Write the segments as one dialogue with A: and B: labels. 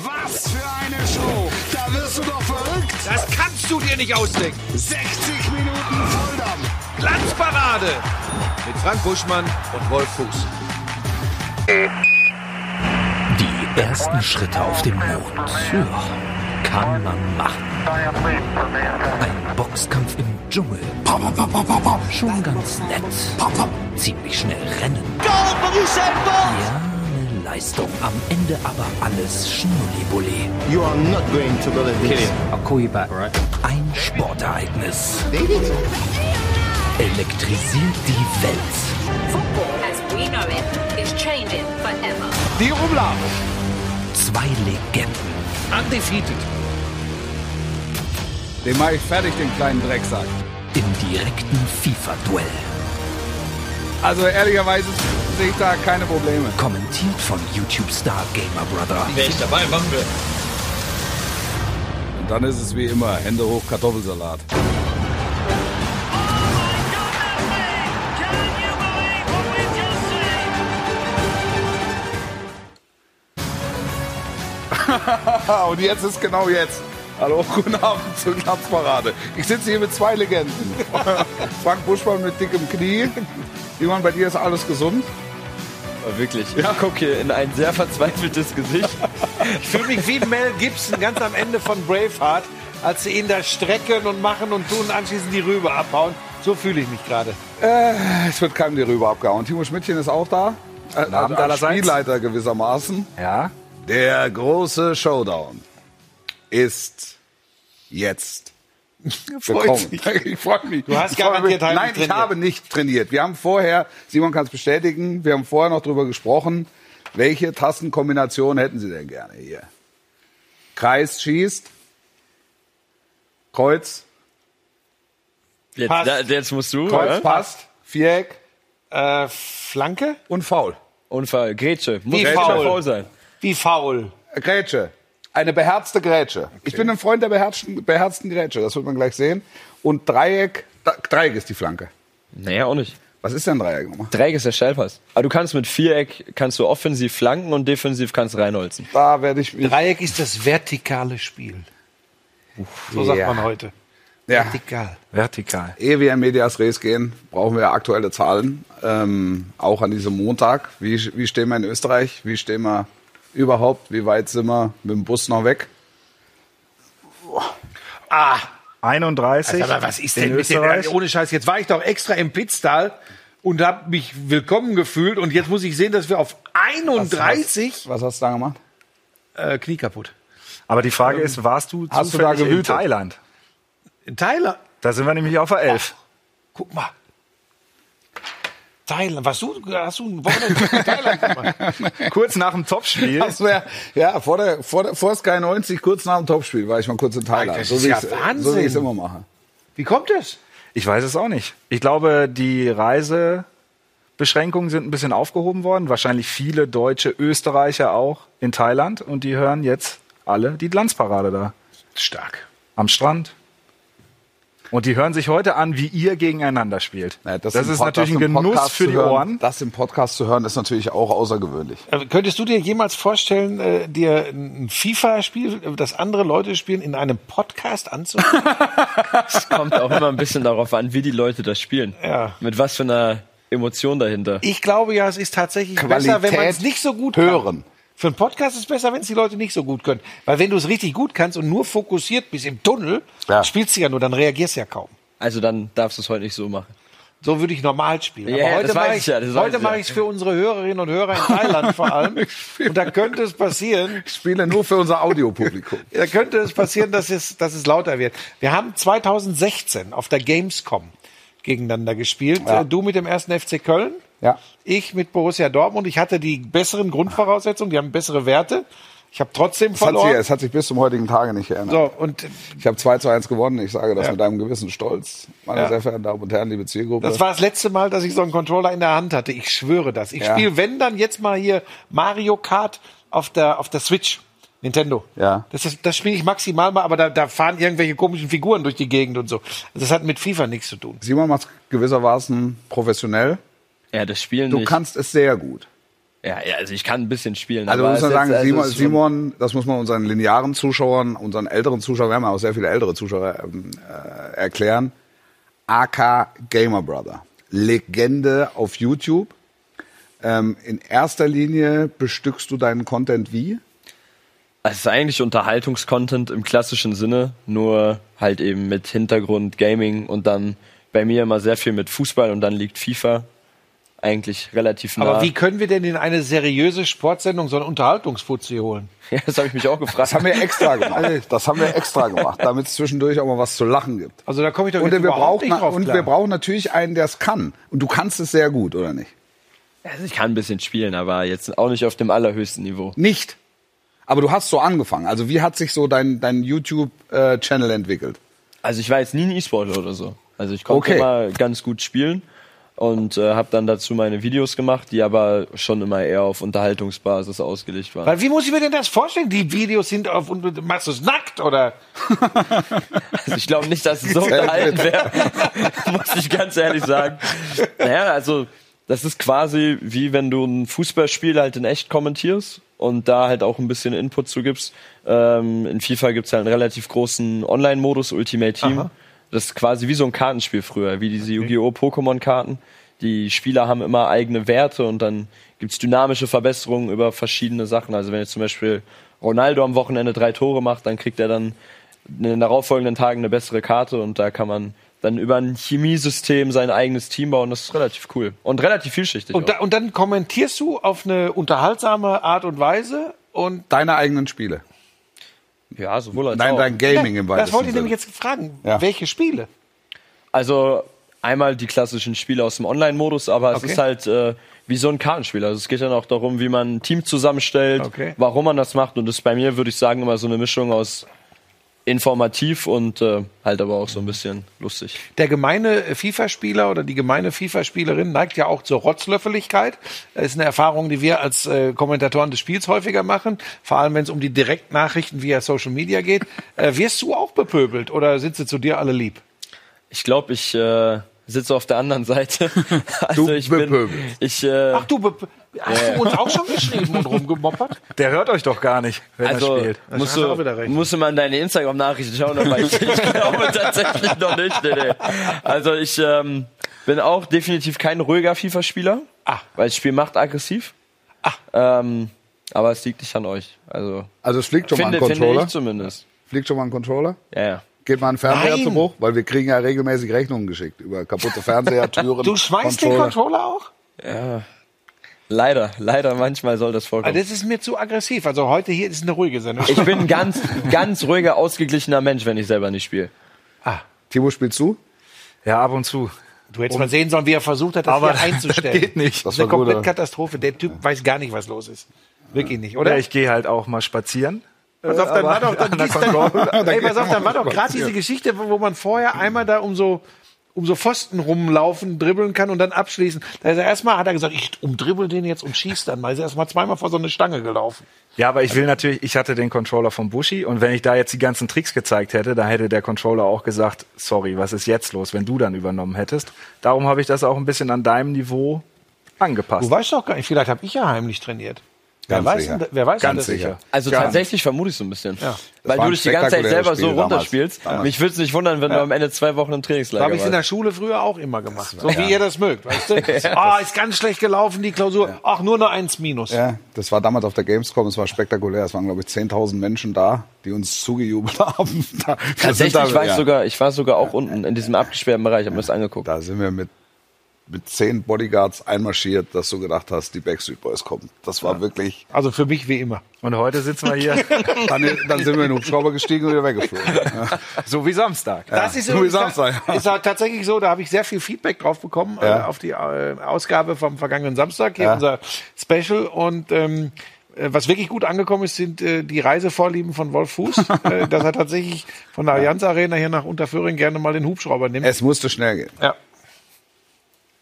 A: Was für eine Show! Da wirst du doch verrückt!
B: Das kannst du dir nicht ausdenken.
A: 60 Minuten Volldampf!
B: Glanzparade mit Frank Buschmann und Wolf Fuß.
C: Die ersten Schritte auf dem Mond. Ja, kann man machen. Ein Boxkampf im Dschungel. Schon ganz nett. Ziemlich schnell rennen. Ja, eine Leistung. Am Ende aber alles Schnulli-Bulli.
D: You are not going to believe this.
C: I'll call you back, alright? Ein Sportereignis. Elektrisiert die Welt.
E: Football, as we know it, is changing forever.
B: Die Umlage.
C: Zwei Legenden.
B: Undefeated.
A: Den mach ich fertig, den kleinen Drecksack.
C: Im direkten FIFA-Duell.
A: Also ehrlicherweise sehe ich da keine Probleme.
C: Kommentiert von YouTube-Star Gamer Brother.
B: Wäre ich dabei, machen wir.
A: Und dann ist es wie immer, Hände hoch, Kartoffelsalat.
C: Oh
A: Und jetzt ist genau jetzt. Hallo, guten Abend zur Glanzparade. Ich sitze hier mit zwei Legenden. Frank Buschmann mit dickem Knie. Jemand, bei dir ist alles gesund.
F: Wirklich. Ich gucke hier in ein sehr verzweifeltes Gesicht.
B: Ich fühle mich wie Mel Gibson ganz am Ende von Braveheart, als sie ihn da strecken und machen und tun und anschließend die Rübe abhauen. So fühle ich mich gerade.
A: Es wird keinem die Rübe abgehauen. Timo Schmidtchen ist auch da. Äh, als
C: Abend allerseits.
A: Spielleiter gewissermaßen.
C: Ja?
A: Der große Showdown ist jetzt. Willkommen. Ich freue mich. Du
B: hast garantiert heimlich
A: Nein, ich
B: trainiert.
A: habe nicht trainiert. Wir haben vorher, Simon kann es bestätigen, wir haben vorher noch drüber gesprochen, welche Tastenkombination hätten Sie denn gerne hier? Kreis schießt, Kreuz,
F: Jetzt,
B: Passt.
F: da, jetzt musst du.
A: Kreuz
F: ja?
A: passt, Viereck
B: Äh, Flanke?
A: und faul.
F: Unfall. Grätsche. Muss
B: Wie
F: Grätsche
B: faul.
F: faul sein.
B: Wie faul.
A: Grätsche. Eine beherzte Grätsche. Ich bin ein Freund der beherzten, beherzten Grätsche, das wird man gleich sehen. Und Dreieck, da, Dreieck ist die Flanke.
F: Naja, auch nicht.
A: Was ist denn Dreieck nochmal?
F: Dreieck ist der Steilpass. Aber du kannst mit Viereck, kannst du offensiv flanken und defensiv kannst reinholzen.
A: Da werde ich mich.
B: Dreieck ist das vertikale Spiel. So sagt
A: Ja.
B: man heute.
A: Ja,
B: Vertikal.
C: Vertikal.
A: ehe wir in Medias Res gehen, brauchen wir aktuelle Zahlen. Ähm, auch an diesem Montag. Wie, wie stehen wir in Österreich? Wie stehen wir überhaupt? Wie weit sind wir mit dem Bus noch weg?
G: 31.
B: Also, Aber Ah, was ist
G: in
B: denn mit dem,
G: Österreich?
B: ohne Scheiß, jetzt war ich doch extra im Pitztal und habe mich willkommen gefühlt und jetzt muss ich sehen, dass wir auf 31
A: Was hast du da gemacht?
B: äh, Knie kaputt.
G: Aber die Frage ist, warst du
A: hast du da
G: zufällig in
A: gewütet?
G: Thailand?
B: In Thailand.
G: Da sind wir nämlich auf der 11.
B: Guck mal. Thailand, was du, hast du ein Wochenende in Thailand gemacht?
G: Kurz nach dem Topspiel.
A: Das wär, ja, vor, der, vor, der, vor Sky 90, kurz nach dem Topspiel, war ich mal kurz in Thailand.
B: das
A: so
B: ist
A: wie
B: ja
A: ich's-
B: Wahnsinn.
A: So wie ich es immer mache.
B: Wie kommt das?
G: Ich weiß es auch nicht. Ich glaube, die Reisebeschränkungen sind ein bisschen aufgehoben worden. Wahrscheinlich viele Deutsche, Österreicher auch in Thailand. Und die hören jetzt alle die Glanzparade da
B: Stark.
G: am Strand. Und die hören sich heute an, wie ihr gegeneinander spielt.
A: Ja,
G: das
A: im
G: ist
A: Pod-
G: natürlich ein
A: im
G: Genuss
A: Podcast
G: für
A: zu
G: die
A: hören,
G: Ohren.
A: Das im Podcast zu hören, ist natürlich auch außergewöhnlich.
B: Aber Also, Könntest du dir jemals vorstellen, äh, dir ein FIFA-Spiel, das andere Leute spielen, in einem Podcast anzuhören?
F: Es kommt auch immer ein bisschen darauf an, wie die Leute das spielen.
B: Ja.
F: Mit was für einer Emotion dahinter.
B: Ich glaube ja, es ist tatsächlich besser, wenn man es nicht so gut
A: hören.
B: Kann. Für einen Podcast ist es besser, wenn es die Leute nicht so gut können. Weil wenn du es richtig gut kannst und nur fokussiert bist im Tunnel,
A: Ja.
B: spielst du ja nur, dann reagierst du ja kaum.
F: Also dann darfst du es heute nicht so machen.
B: So würde ich normal spielen.
F: Ja,
B: Aber heute
F: das weiß
B: mache
F: ich ja, das
B: ich
F: weiß
B: heute
F: ich
B: mache
F: ja.
B: ich es für unsere Hörerinnen und Hörer in Thailand vor allem. Und da könnte es passieren,
A: Ich spiele nur für unser Audiopublikum.
B: da könnte es passieren, dass es, dass es lauter wird. Wir haben 2016 auf der Gamescom gegeneinander gespielt.
A: Ja.
B: Äh, Du mit dem ersten FC Köln.
A: Ja.
B: Ich mit Borussia Dortmund. Ich hatte die besseren Grundvoraussetzungen. Die haben bessere Werte. Ich habe trotzdem
A: Es hat, sich,
B: verloren.
A: es hat sich bis zum heutigen Tage nicht geändert.
B: So, und
A: Ich habe 2 zu 1 gewonnen. Ich sage das
B: Ja.
A: mit einem gewissen Stolz. Meine
B: Ja.
A: sehr verehrten Damen und Herren, liebe Zielgruppe.
B: das war das letzte Mal, dass ich so einen Controller in der Hand hatte. Ich schwöre das. Ich
A: Ja.
B: spiele, wenn dann jetzt mal hier Mario Kart auf der, auf der Switch. Nintendo.
A: Ja.
B: Das, ist- das spiele ich maximal mal, aber da, da fahren irgendwelche komischen Figuren durch die Gegend und so. Das hat mit FIFA nichts zu tun.
A: Simon macht gewissermaßen professionell.
F: Ja, das Spielen
A: Du
F: nicht.
A: kannst es sehr gut.
F: Ja, ja, also ich kann ein bisschen spielen.
A: Also
F: aber
A: muss man
F: es ist
A: sagen,
F: jetzt- also
A: Simon,
F: es ist schon-
A: Simon, das muss man unseren linearen Zuschauern, unseren älteren Zuschauern, wir haben ja auch sehr viele ältere Zuschauer ähm, äh, erklären. AK Gamer Brother, Legende auf YouTube. Ähm, in erster Linie bestückst du deinen Content wie?
F: Es ist eigentlich Unterhaltungskontent im klassischen Sinne, nur halt eben mit Hintergrund Gaming und dann bei mir immer sehr viel mit Fußball und dann liegt FIFA eigentlich relativ nah.
B: Aber wie können wir denn in eine seriöse Sportsendung so einen Unterhaltungsfuzzi holen?
F: Ja, das habe ich mich auch gefragt.
A: Das haben wir extra gemacht. Das haben wir extra gemacht, damit es zwischendurch auch mal was zu lachen gibt.
B: Also da komme ich doch
A: Und
B: jetzt
A: wir,
B: überhaupt
A: brauchen,
B: nicht drauf
A: und
B: klar.
A: wir brauchen natürlich einen, der es kann. Und du kannst es sehr gut, oder nicht?
F: Also ich kann ein bisschen spielen, aber jetzt auch nicht auf dem allerhöchsten Niveau.
A: Nicht. Aber du hast so angefangen. Also wie hat sich so dein, dein YouTube-Channel entwickelt?
F: Also ich war jetzt nie ein E-Sportler oder so. Also ich konnte
A: Okay.
F: immer ganz gut spielen und äh, habe dann dazu meine Videos gemacht, die aber schon immer eher auf Unterhaltungsbasis ausgelegt waren.
B: Weil wie muss ich mir denn das vorstellen? Die Videos sind auf und machst du es nackt oder?
F: Also ich glaube nicht, dass es so unterhalten wäre. Muss ich ganz ehrlich sagen. Naja, also das ist quasi wie wenn du ein Fußballspiel halt in echt kommentierst und da halt auch ein bisschen Input zu gibst. Ähm, in FIFA gibt's halt einen relativ großen Online-Modus, Ultimate Team. Das ist quasi wie so ein Kartenspiel früher, wie diese Yu-Gi-Oh! Pokémon-Karten. Die Spieler haben immer eigene Werte und dann gibt's dynamische Verbesserungen über verschiedene Sachen. Also wenn jetzt zum Beispiel Ronaldo am Wochenende drei Tore macht, dann kriegt er dann in den darauffolgenden Tagen eine bessere Karte und da kann man dann über ein Chemiesystem sein eigenes Team bauen. Das ist relativ cool und relativ vielschichtig.
B: Und, da, und dann kommentierst du auf eine unterhaltsame Art und Weise und
A: Deine eigenen Spiele.
F: auch. ja, sowohl als
A: Nein,
F: auch.
A: dein Gaming im
B: das
A: weitesten
B: wollte ich
A: Sinne.
B: nämlich jetzt fragen.
A: Ja.
B: Welche Spiele?
F: Also einmal die klassischen Spiele aus dem Online-Modus, aber es
B: Okay.
F: ist halt äh, wie so ein Kartenspiel. Also es geht dann auch darum, wie man ein Team zusammenstellt,
B: Okay.
F: warum man das macht. Und das ist bei mir, würde ich sagen, immer so eine Mischung aus informativ und äh, halt aber auch so ein bisschen lustig.
B: Der gemeine FIFA-Spieler oder die gemeine FIFA-Spielerin neigt ja auch zur Rotzlöffeligkeit. Das ist eine Erfahrung, die wir als äh, Kommentatoren des Spiels häufiger machen, vor allem wenn es um die Direktnachrichten via Social Media geht. Äh, wirst du auch bepöbelt oder sind sie zu dir alle lieb?
F: Ich glaube, ich äh, sitze auf der anderen Seite. Also
A: Du
F: ich bin,
A: bepöbelst.
F: ich, äh,
B: Ach du, bep- hast du uns auch schon geschrieben und rumgemoppert?
G: Der hört euch doch gar nicht, wenn
F: also
G: er spielt.
F: musst
B: hast du auch wieder
F: du,
B: recht.
F: musst du mal in deine Instagram-Nachrichten schauen, aber ich, ich glaube tatsächlich noch nicht. Nee, nee. Also ich ähm, bin auch definitiv kein ruhiger FIFA-Spieler,
B: Ah.
F: weil das Spiel macht aggressiv. Ähm, aber es liegt nicht an euch. Also
A: Also es fliegt schon
F: finde,
A: mal ein
F: finde
A: Controller.
F: ich zumindest.
A: Fliegt schon mal ein Controller.
F: Ja, ja.
A: Geht mal ein Fernseher
B: Nein.
A: zum Bruch, weil wir kriegen ja regelmäßig Rechnungen geschickt über kaputte Fernseher, Türen.
B: Du schmeißt den Controller auch?
F: Leider, leider manchmal soll das
B: Ah,
F: vorkommen.
B: Das ist mir zu aggressiv. Also heute hier ist eine ruhige Sendung.
F: ich bin ein ganz, ganz ruhiger, ausgeglichener Mensch, wenn ich selber nicht spiele.
A: Timo, spielst du?
G: Ja, ab und zu.
B: Du hättest mal sehen sollen, wie er versucht hat, das
G: Aber
B: hier einzustellen.
G: das geht nicht.
B: Das
A: Das
B: ist eine
A: war gut,
B: komplette
A: aber-
B: Katastrophe. Der Typ weiß gar nicht, was los ist. Wirklich nicht, oder?
G: Ja, ich gehe halt auch mal spazieren.
B: Pass auf, dann war doch, dann
G: Under
B: dies, dann,
G: Control.
B: ey, pass auf, dann war doch
A: Spazieren.
B: gerade diese Geschichte, wo wo man vorher einmal da um so, um so Pfosten rumlaufen, dribbeln kann und dann abschließen. Da ist er erstmal, hat er gesagt, ich umdribbel den jetzt und schieß dann mal. Ist er erstmal zweimal vor so eine Stange gelaufen.
G: Ja, aber ich will natürlich, ich hatte den Controller von Bushi und wenn ich da jetzt die ganzen Tricks gezeigt hätte, dann hätte der Controller auch gesagt, sorry, was ist jetzt los, wenn du dann übernommen hättest. Darum habe ich das auch ein bisschen an deinem Niveau angepasst.
B: Du weißt doch gar nicht, vielleicht habe ich ja heimlich trainiert. Wer
A: Ganz
B: weiß,
A: sicher.
B: denn- wer weiß
G: Ganz
B: denn das?
G: sicher.
F: Also
G: Gar
F: tatsächlich vermute ich so ein bisschen.
A: Das
F: Weil
A: war
F: du
A: ein
F: dich die ganze Zeit
A: spektakuläres
F: selber so
A: Spiel damals.
F: runterspielst.
A: Damals.
F: Mich würde es nicht wundern, wenn du am Ende zwei Wochen im Trainingslager
B: Habe ich
F: warst.
B: in der Schule früher auch immer gemacht. So wie ihr das mögt, weißt du? Ah, ist ganz schlecht gelaufen, die Klausur. Ach, nur noch eins minus.
A: Ja, das war damals auf der Gamescom, es war spektakulär. Es waren, glaube ich, 10.000 Menschen da, die uns zugejubelt haben. Da, wir sind
F: Tatsächlich
A: da,
F: war ich
A: ja,
F: sogar, ich war sogar auch unten in diesem abgesperrten Bereich, hab mir das angeguckt.
A: Da sind wir mit, mit zehn Bodyguards einmarschiert, dass du gedacht hast, die Backstreet Boys kommen. Das war wirklich.
B: Also für mich wie immer.
G: Und heute sitzen wir hier,
A: Dann, dann sind wir in den Hubschrauber gestiegen und wieder weggeflogen. Ja.
G: so wie Samstag.
B: Das ist,
A: so wie
B: übrigens-
A: Samstag, ja.
B: ist halt tatsächlich so, da habe ich sehr viel Feedback drauf bekommen äh, auf die äh, Ausgabe vom vergangenen Samstag, hier
A: Ja.
B: unser Special. Und ähm, äh, was wirklich gut angekommen ist, sind äh, die Reisevorlieben von Wolf Fuß, äh, dass er tatsächlich von der Allianz Arena hier nach Unterföhring gerne mal den Hubschrauber nimmt.
A: Es musste schnell gehen.
B: ja.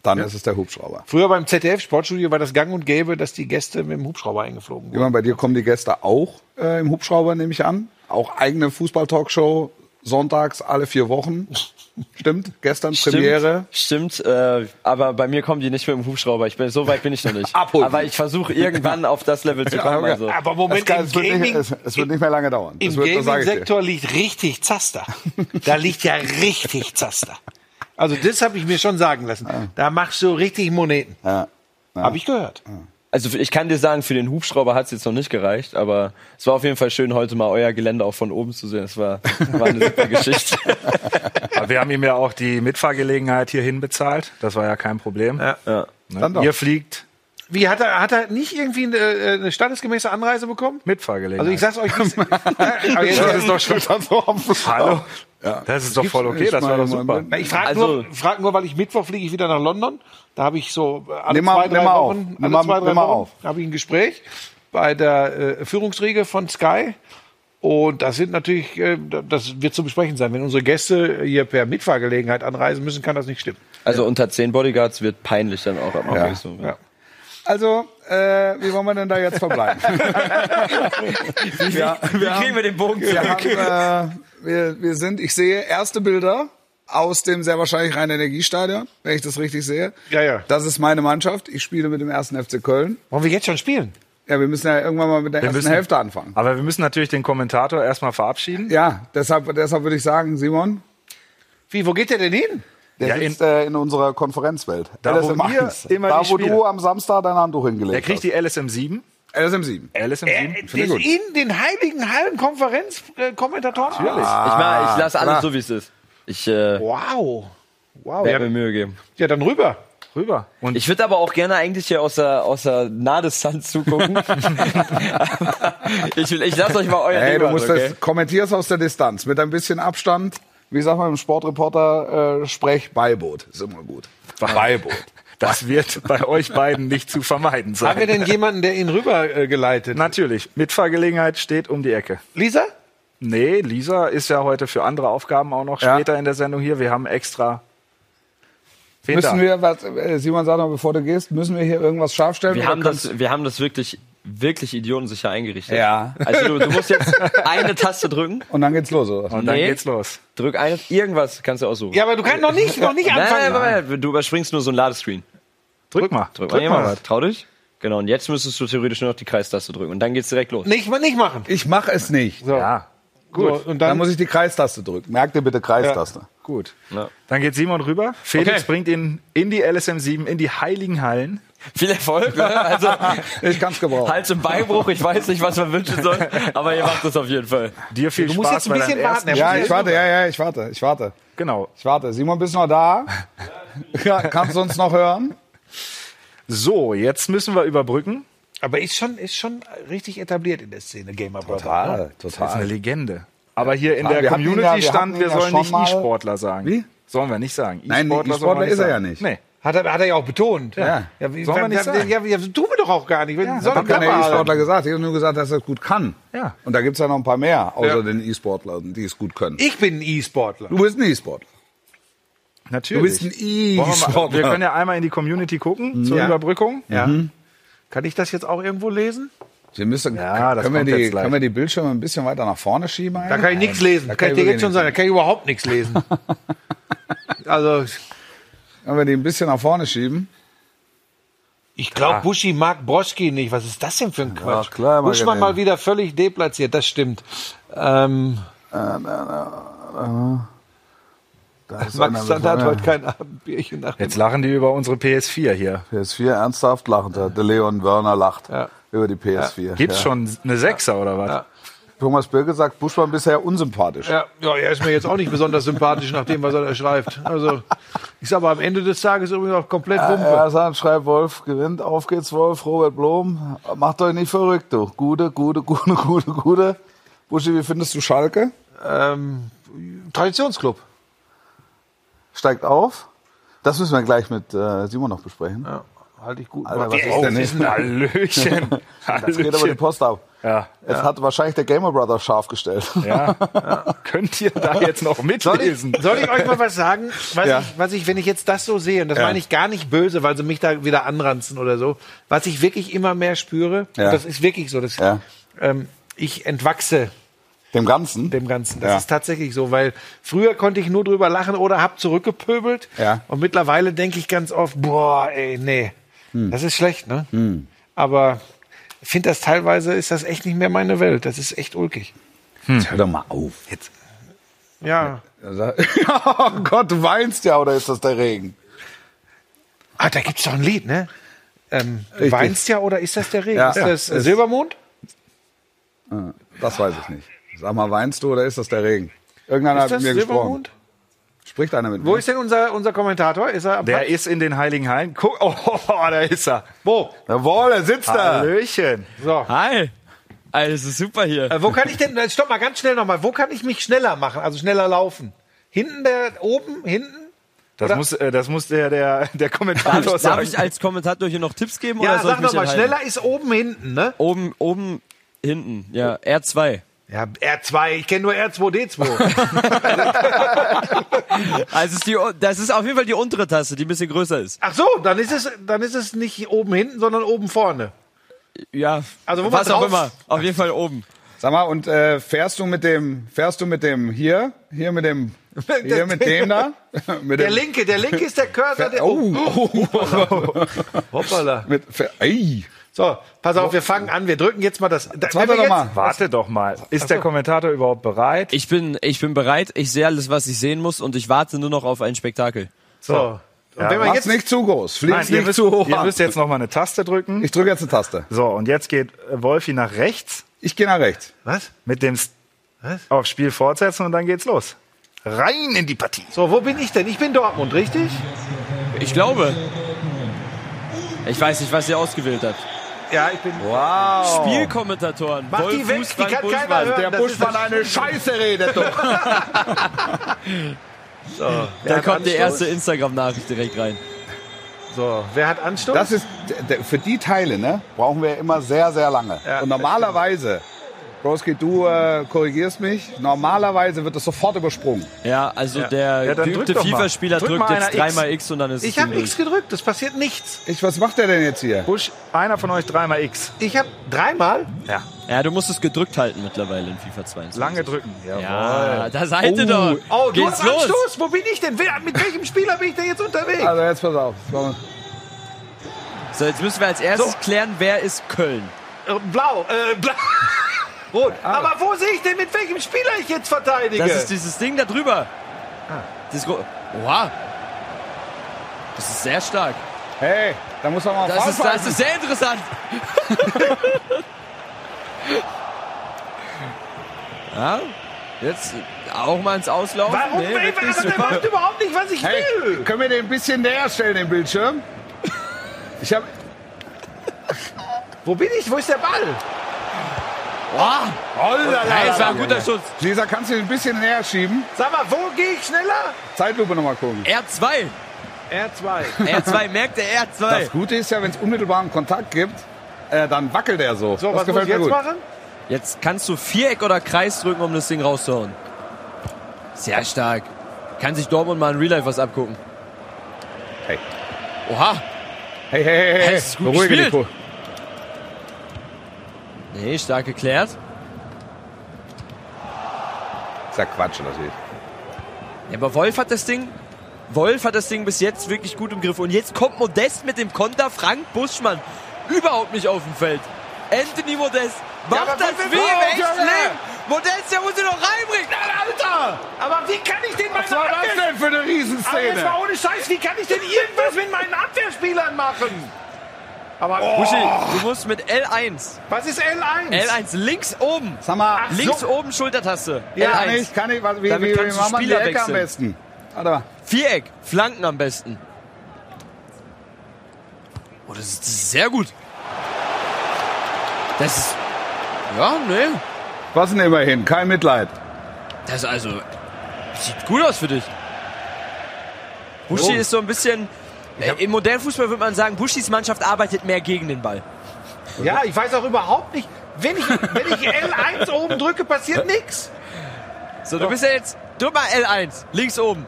A: Dann ist es der Hubschrauber.
B: Früher beim ZDF-Sportstudio war das gang und gäbe, dass die Gäste mit dem Hubschrauber eingeflogen wurden.
A: Jemand, bei dir kommen die Gäste auch äh, im Hubschrauber, nehme ich an. Auch eigene Fußball-Talkshow, sonntags alle vier Wochen. Stimmt, gestern Premiere.
F: Stimmt, stimmt äh, aber bei mir kommen die nicht mit dem Hubschrauber. Ich bin, so weit bin ich noch nicht.
A: Abholen.
F: Aber ich versuche irgendwann auf das Level zu kommen.
A: okay.
F: Also.
B: Aber Moment,
A: es, kann,
B: im
A: es, wird nicht,
B: Gaming-
A: es, es wird nicht mehr lange dauern.
B: Im
A: das wird, das sag ich dir.
B: Gaming-Sektor liegt richtig Zaster. Da liegt ja richtig Zaster. Also das habe ich mir schon sagen lassen. Da machst du richtig Moneten.
A: Ja.
B: Habe ich gehört.
F: Also ich kann dir sagen, für den Hubschrauber hat es jetzt noch nicht gereicht, aber es war auf jeden Fall schön, heute mal euer Gelände auch von oben zu sehen. Es war, war eine super Geschichte.
G: Aber wir haben ihm ja auch die Mitfahrgelegenheit hierhin bezahlt. Das war ja kein Problem.
B: Ja.
G: Ne?
A: Dann doch.
G: Ihr fliegt
B: Wie hat er, hat er nicht irgendwie eine, äh, eine standesgemäße Anreise bekommen?
G: Mitfahrgelegenheit.
B: Also ich sag's euch. wie's- Aber jetzt-
G: das ist doch schon Hallo. Das ist doch voll okay, das war doch super.
B: Na, ich frage
F: Also-
B: nur, frag nur, weil ich Mittwoch fliege ich wieder nach London. Da habe ich so äh, alle
A: Nimm mal-
B: zwei, drei
A: nimm mal auf.
B: Wochen,
A: Nimm
B: alle
A: mal-
B: zwei, drei
A: nimm mal
B: Wochen
A: auf.
B: habe ich ein Gespräch bei der äh, Führungsriege von Sky. Und das sind natürlich, äh, das wird zu besprechen sein. Wenn unsere Gäste hier per Mitfahrgelegenheit anreisen müssen, kann das nicht stimmen.
F: Also unter 10 Bodyguards wird peinlich dann auch. Aber ja. so.
B: Ja.
A: Also, äh, wie wollen wir denn da jetzt verbleiben? ja, wir haben,
F: wir den Bogen
A: wir, haben, äh, wir, wir sind, ich sehe erste Bilder aus dem sehr wahrscheinlich reinen Energiestadion, wenn ich das richtig sehe.
B: Ja, ja.
A: Das ist meine Mannschaft. Ich spiele mit dem ersten FC Köln.
B: Wollen wir jetzt schon spielen?
A: Ja, wir müssen ja irgendwann mal mit der ersten
G: müssen-
A: Hälfte anfangen.
G: Aber wir müssen natürlich den Kommentator erstmal verabschieden.
A: Ja, deshalb, deshalb würde ich sagen, Simon,
B: Wie, wo geht der denn hin?
A: der
G: Ja,
A: sitzt in, äh, in unserer Konferenzwelt.
G: Da, wo
A: LSM
G: wir
A: 1.
G: immer
A: da
G: die
A: wo
G: Spiele-
A: du am Samstag dein Handtuch
G: Der
A: hingelegt
G: kriegt
A: hast.
G: die LSM 7.
A: LSM 7.
G: LSM 7.
B: Äh, den,
A: gut.
B: in den heiligen äh, Hallenkonferenz-Kommentatoren? Natürlich.
F: Ich, mach- ich lasse
A: klar.
F: alles so, wie es ist. Ich äh,
B: Wow. Wow.
F: werde
B: Ja,
F: mir Mühe geben.
B: ja, dann rüber.
G: Rüber. Und
F: Ich würde aber auch gerne eigentlich hier aus der, aus der Nadestanz zugucken. Aber ich will- ich lasse euch mal euer
A: Hey,
F: Ding
A: du
F: machen,
A: musst
F: okay?
A: das kommentierst aus der Distanz mit ein bisschen Abstand. Wie sagt man im Sportreporter äh, Sprech Beiboot ist immer gut. Beiboot.
G: das wird bei euch beiden nicht zu vermeiden sein.
B: Haben wir denn jemanden, der ihn rüber äh, geleitet?
G: Natürlich. Mitfahrgelegenheit steht um die Ecke.
B: Lisa?
G: Nee, Lisa ist ja heute für andere Aufgaben auch noch
A: Ja.
G: später in der Sendung hier. Wir haben extra. Wen da?
A: Müssen wir, was, äh, Simon, sag noch, bevor du gehst, müssen wir hier irgendwas scharfstellen?
F: Wir
A: oder
F: haben,
A: kannst-
F: das, wir haben das wirklich, wirklich idiotensicher eingerichtet.
A: Ja.
F: Also du, du musst jetzt eine Taste drücken.
A: Und dann geht's los, oder?
G: Und dann
F: Nee.
G: geht's los.
F: Drück eine, irgendwas kannst du aussuchen.
B: Ja, aber du kannst noch nicht, noch nicht
F: nein, nein,
B: anfangen.
F: nein, nein, du überspringst nur so ein Ladescreen.
G: Drück mal.
F: Drück,
G: Drück mal.
F: was. Trau dich. Genau, und jetzt müsstest du theoretisch nur noch die Kreistaste drücken. Und dann geht's direkt los.
B: Nicht, nicht machen.
A: Ich mache es nicht.
B: So.
G: Ja,
B: Gut. So, und
A: Dann
B: dann,
A: muss ich die Kreistaste drücken. Merk dir bitte Kreistaste.
G: gut.
F: Ja.
G: Dann geht Simon rüber. Felix
F: Okay.
G: bringt ihn in die LSM 7, in die Heiligen Hallen.
F: Viel Erfolg. ne? Also,
A: Ich kann's gebrauchen.
F: Hals im Beinbruch. Ich weiß nicht, was man wünschen soll, aber ihr macht das auf jeden Fall.
G: Dir viel
B: du musst
G: Spaß
B: jetzt ein
G: bei deinem
B: bisschen warten.
G: ersten.
B: Er
A: Ja,
B: muss
A: ich warte, ja, ja, ich warte, ich warte.
G: Genau.
A: Ich warte. Simon, bist du noch da? Ja, kannst du uns noch hören?
G: So, jetzt müssen wir überbrücken.
B: Aber ist schon, ist schon richtig etabliert in der Szene, Gamer Brother.
G: Das ist eine
A: total.
G: Legende. Aber hier in
A: Ja,
G: der
A: wir hatten ihn
G: Community
A: ja- wir hatten
G: stand,
A: ihn
G: wir
A: ja
G: sollen
A: schon
G: nicht
A: mal-
G: E-Sportler sagen.
A: Wie?
G: Sollen wir nicht sagen.
A: Nein,
G: sollen wir
A: E-Sportler ist er
G: sagen.
A: ja nicht.
G: Nee.
B: Hat er, hat er ja auch betont.
A: Ja.
B: ja wie,
G: Sollen wir nicht
B: ja,
G: sagen.
B: ja, ja, tun wir doch auch gar nicht. Ja,
A: Das hat kein E-Sportler gesagt. Ich habe nur gesagt, dass er es gut kann.
G: Ja.
A: Und da gibt's ja noch ein paar mehr, außer
B: Ja.
A: den E-Sportlern, die es gut können.
B: ich bin ein E-Sportler.
A: Du bist ein E-Sportler. Du
G: Natürlich.
A: bist ein
G: Wollen wir, mal, wir können
A: E-Sportler. Mhm.
G: ja einmal in die Community gucken zur
B: Ja.
G: Überbrückung. Mhm.
B: Ja. Kann ich das jetzt auch irgendwo lesen?
A: Wir müssen,
G: Ja, das
A: können, wir
G: kommt
A: die,
G: jetzt gleich.
A: können wir die Bildschirme ein bisschen weiter nach vorne schieben?
B: Da kann ich nichts lesen.
A: Da
B: kann
A: kann
B: ich dir
A: ich
B: jetzt schon
A: wirklich
B: sagen. Da kann ich überhaupt nichts lesen. also,
A: Können wir die ein bisschen nach vorne schieben?
B: ich glaube, Buschi mag Broski nicht. Was ist das denn für ein Quatsch?
A: klar, mag er
B: Buschmann
A: den.
B: mal wieder völlig deplatziert. Das stimmt. Ähm,
A: Da ist
B: Max
A: einer mit
B: Sander hat
A: einer
B: heute kein Abendbierchen nach.
G: Jetzt lachen die über unsere PS4 hier.
A: PS4 ernsthaft lachend. Der Leon Wörner lacht
B: Ja.
A: über die PS4.
G: Gibt's
A: ja.
G: schon eine Sechser oder was?
B: Ja.
A: Thomas Birke sagt, Buschmann bisher unsympathisch.
B: Ja, ja, er ist mir jetzt auch nicht besonders sympathisch nach dem, was er da schreibt. Also, ich sag mal, am Ende des Tages übrigens auch komplett Wumpe.
A: Ah, Ja, sagt, schreibt Wolf, gewinnt, auf geht's Wolf, Robert Blom, macht euch nicht verrückt, du. Gute, gute, gute, gute, gute. Buschi, wie findest du Schalke?
B: Ähm, Traditionsclub.
A: Steigt auf. Das müssen wir gleich mit äh, Simon noch besprechen.
B: Ja, halte ich Halt gut.
A: Alter, was
B: Boah,
A: ist denn nicht?
G: Oh, Hallöchen.
A: Das geht aber die
G: Hallöchen.
A: Post ab.
G: Ja.
A: Jetzt hat wahrscheinlich der Gamer Brother scharf gestellt.
G: Ja. Könnt ihr da jetzt noch mitlesen?
B: Soll ich euch mal was sagen, was,
A: Ja.
B: ich, was ich, wenn ich jetzt das so sehe, und das
A: Ja.
B: meine ich gar nicht böse, weil sie mich da wieder anranzen oder so, was ich wirklich immer mehr spüre,
A: Ja.
B: und das ist wirklich so, das,
A: Ja.
B: ähm, ich entwachse
A: Dem Ganzen?
B: dem Ganzen. Das
A: Ja.
B: ist tatsächlich so, weil früher konnte ich nur drüber lachen oder hab zurückgepöbelt.
A: Ja.
B: Und mittlerweile denke ich ganz oft, boah, ey, nee,
A: Hm.
B: das ist schlecht, ne? Aber ich finde das teilweise ist das echt nicht mehr meine Welt. Das ist echt ulkig.
A: Jetzt hör doch mal auf. Jetzt.
B: Ja.
A: oh Gott, du weinst ja, oder ist das der Regen?
B: Ah, da gibt's doch ein Lied, ne? Ähm, du
A: Richtig.
B: weinst ja oder ist das der Regen?
A: Ja.
B: ist
A: Ja.
B: das äh,
A: Es-
B: Silbermond?
A: Das weiß ich nicht. Sag mal, weinst du oder ist das der Regen? Irgendeiner
B: ist
A: hat
B: das
A: mit mir gesprochen.
B: Silbermond?
A: Spricht einer mit
B: Wo
A: mir?
B: ist denn unser, unser Kommentator? Ist er am
G: Der
B: Platz?
G: ist in den Heiligen Hallen. Guck, oh, da ist er.
B: Wo?
A: Jawohl, er sitzt da.
G: Hallöchen.
B: So.
F: Hi. Alter, es ist super hier.
B: Äh, wo kann ich denn, äh, stopp mal ganz schnell nochmal, wo kann ich mich schneller machen, also schneller laufen? Hinten der, oben, hinten?
G: Das
B: Oder-
G: muss, äh, das muss der, der, der
F: Darf ich,
G: Kommentator
F: darf
G: sagen.
F: ich als Kommentator hier noch Tipps geben?
B: Ja,
F: oder soll
B: sag
F: ich mich
B: nochmal,
F: enthalten?
B: schneller ist oben, hinten, ne?
F: Oben, oben, hinten. Ja, R2.
B: Ja, R2, ich kenne nur R2D2.
F: Also ist die, das ist auf jeden Fall die untere Taste, die ein bisschen größer ist.
B: Ach so, dann ist es, dann ist es nicht oben hinten, sondern oben vorne.
F: Ja.
B: Also wo man
F: was auch
B: drauf-
F: immer. Auf jeden Fall oben.
A: Sag mal, und äh, fährst du mit dem, fährst du mit dem hier, hier mit dem, hier mit dem da? Mit
B: Der
A: dem-
B: linke, der linke ist der Cursor, der
A: Oh, oh,
B: Hoppala.
A: mit, fähr- ei.
B: So, pass auf, wir fangen an, wir drücken jetzt mal das. Das
A: warte doch mal.
G: Warte doch mal. Ist der Kommentator überhaupt bereit?
F: Ich bin, ich bin bereit, ich sehe alles, was ich sehen muss und ich warte nur noch auf ein Spektakel.
B: So. Und wenn man
A: Mach's
B: jetzt
A: nicht zu groß,
G: Nein,
A: fliegst
G: ihr
A: nicht
G: müsst,
A: zu hoch.
G: ihr
A: an.
G: müsst jetzt noch mal eine Taste drücken.
A: Ich drücke jetzt eine Taste.
G: So, und jetzt geht äh, Wolfi nach rechts
A: Ich gehe nach rechts.
B: Was?
G: mit dem S-
B: Was?
G: auf Spiel fortsetzen und dann geht's los. Rein in die Partie.
B: So, wo bin ich denn? Ich bin Dortmund, richtig?
F: Ich glaube. Ich weiß nicht, was ihr ausgewählt habt.
B: Ja, ich bin.
G: Oh.
A: Wow.
F: Spielkommentatoren.
B: Mach
F: Wolf,
B: die weg, die
F: Fußball,
B: kann
F: Buschmann.
B: keiner hören.
A: Der
B: Das ist
A: Buschmann
B: das
A: eine Scheiße redet doch.
F: Da kommt die erste Instagram-Nachricht direkt rein.
B: So, wer hat Anstoß?
A: Das ist, d- d- für die Teile, ne, brauchen wir immer sehr, sehr lange.
B: Ja,
A: Und normalerweise, Broski, du äh, korrigierst mich, normalerweise wird es sofort übersprungen.
F: Ja, also der
G: Ja, dann
F: geübte
G: drück doch mal.
F: FIFA-Spieler
G: Drück
F: drückt
G: mal
F: jetzt
G: einer
F: dreimal X. und dann ist es
B: ich habe
F: Ding durch.
B: nichts gedrückt, es passiert nichts.
A: Ich, was macht der denn jetzt hier?
G: Busch, einer von euch dreimal X.
B: Ich habe dreimal.
G: Ja,
F: Ja, du musst es gedrückt halten mittlerweile in FIFA 22.
G: lange drücken.
F: Ja, da seid ihr doch.
B: Oh, du
F: Geht's
B: hast
F: los.
B: Anstoß. Wo bin ich denn? Wer, mit welchem Spieler bin ich denn jetzt unterwegs?
A: Also jetzt pass auf. So,
F: So, jetzt müssen wir als erstes klären, wer ist Köln.
B: Äh, Blau, äh, blau. Rot.
A: Ah.
B: Aber wo sehe ich denn, mit welchem Spieler ich jetzt verteidige?
F: Das ist dieses Ding da drüber. Das Gro- Oha. Das ist sehr stark.
A: Hey, da muss man mal
F: Das
A: Foul
F: ist, das
A: pfeifen.
F: ist sehr interessant. ja, jetzt auch mal ins Auslaufen.
B: Warum
F: Nee,
B: will
F: wirklich
B: also, der
F: super.
B: macht überhaupt nicht, was ich
A: Hey,
B: will?
A: können wir den ein bisschen näher stellen, den Bildschirm? Ich habe
B: Wo bin ich? Wo ist der Ball?
F: Boah, Nein, es war ein guter Schutz.
A: Lisa, kannst du den ein bisschen näher schieben?
B: Sag mal, wo gehe ich schneller?
A: Zeitlupe nochmal gucken.
F: R2.
B: R2.
F: R2, merkt der R2.
A: Das Gute ist ja, wenn es unmittelbaren Kontakt gibt, äh, dann wackelt er so.
B: So, was muss ich jetzt machen?
F: Jetzt kannst du Viereck oder Kreis drücken, um das Ding rauszuhauen. Sehr stark. Kann sich Dortmund mal in Real Life was abgucken.
A: Hey.
F: Oha.
A: Hey, hey, hey, hey.
F: Das ist gut
A: Beruhige dich.
F: gespielt.
A: Ko-
F: Nee, stark geklärt.
A: Ist ja Quatsch, das hier.
F: Ja, aber Wolf hat das Ding. Wolf hat das Ding bis jetzt wirklich gut im Griff. Und jetzt kommt Modest mit dem Konter Frank Buschmann. Überhaupt nicht auf dem Feld. Anthony Modest macht
B: aber
F: das
B: Wolf-
F: wie
B: Wolf-
F: im echten
B: Junge!
F: Leben. Modest, der muss ihn noch reinbringen.
B: Alter! Aber wie kann ich den
A: Was war
B: meiner
A: das
B: Abwehr...
A: denn für eine
B: Aber jetzt
A: Riesenszene?
B: mal ohne Scheiß, wie kann ich denn irgendwas mit meinen Abwehrspielern machen? Aber
G: Oh,
F: Buschi, du musst mit L1.
B: was ist L1?
F: L1 links oben.
A: Sag mal,
B: Ach,
F: Links
B: So.
F: oben Schultertaste.
A: ja,
F: L1.
A: nicht, kann ich, was, wie,
F: Damit
A: wie, wie
F: kannst du
A: machen wir die
F: Spieler
A: Ecke am
F: wechseln.
A: besten? Warte mal.
F: Viereck, Flanken am besten. Oh, das ist, das ist sehr gut. Das ist. Ja, nee.
A: Was denn immerhin? Kein Mitleid.
F: Das ist also. Sieht gut aus für dich. Buschi
A: Jo.
F: ist so ein bisschen. äh, Im modernen Fußball würde man sagen, Buschis Mannschaft arbeitet mehr gegen den Ball.
B: Ja, ich weiß auch überhaupt nicht. Wenn ich, wenn ich L1 oben drücke, passiert nichts.
F: So, du bist ja jetzt. Drück mal L1, links oben.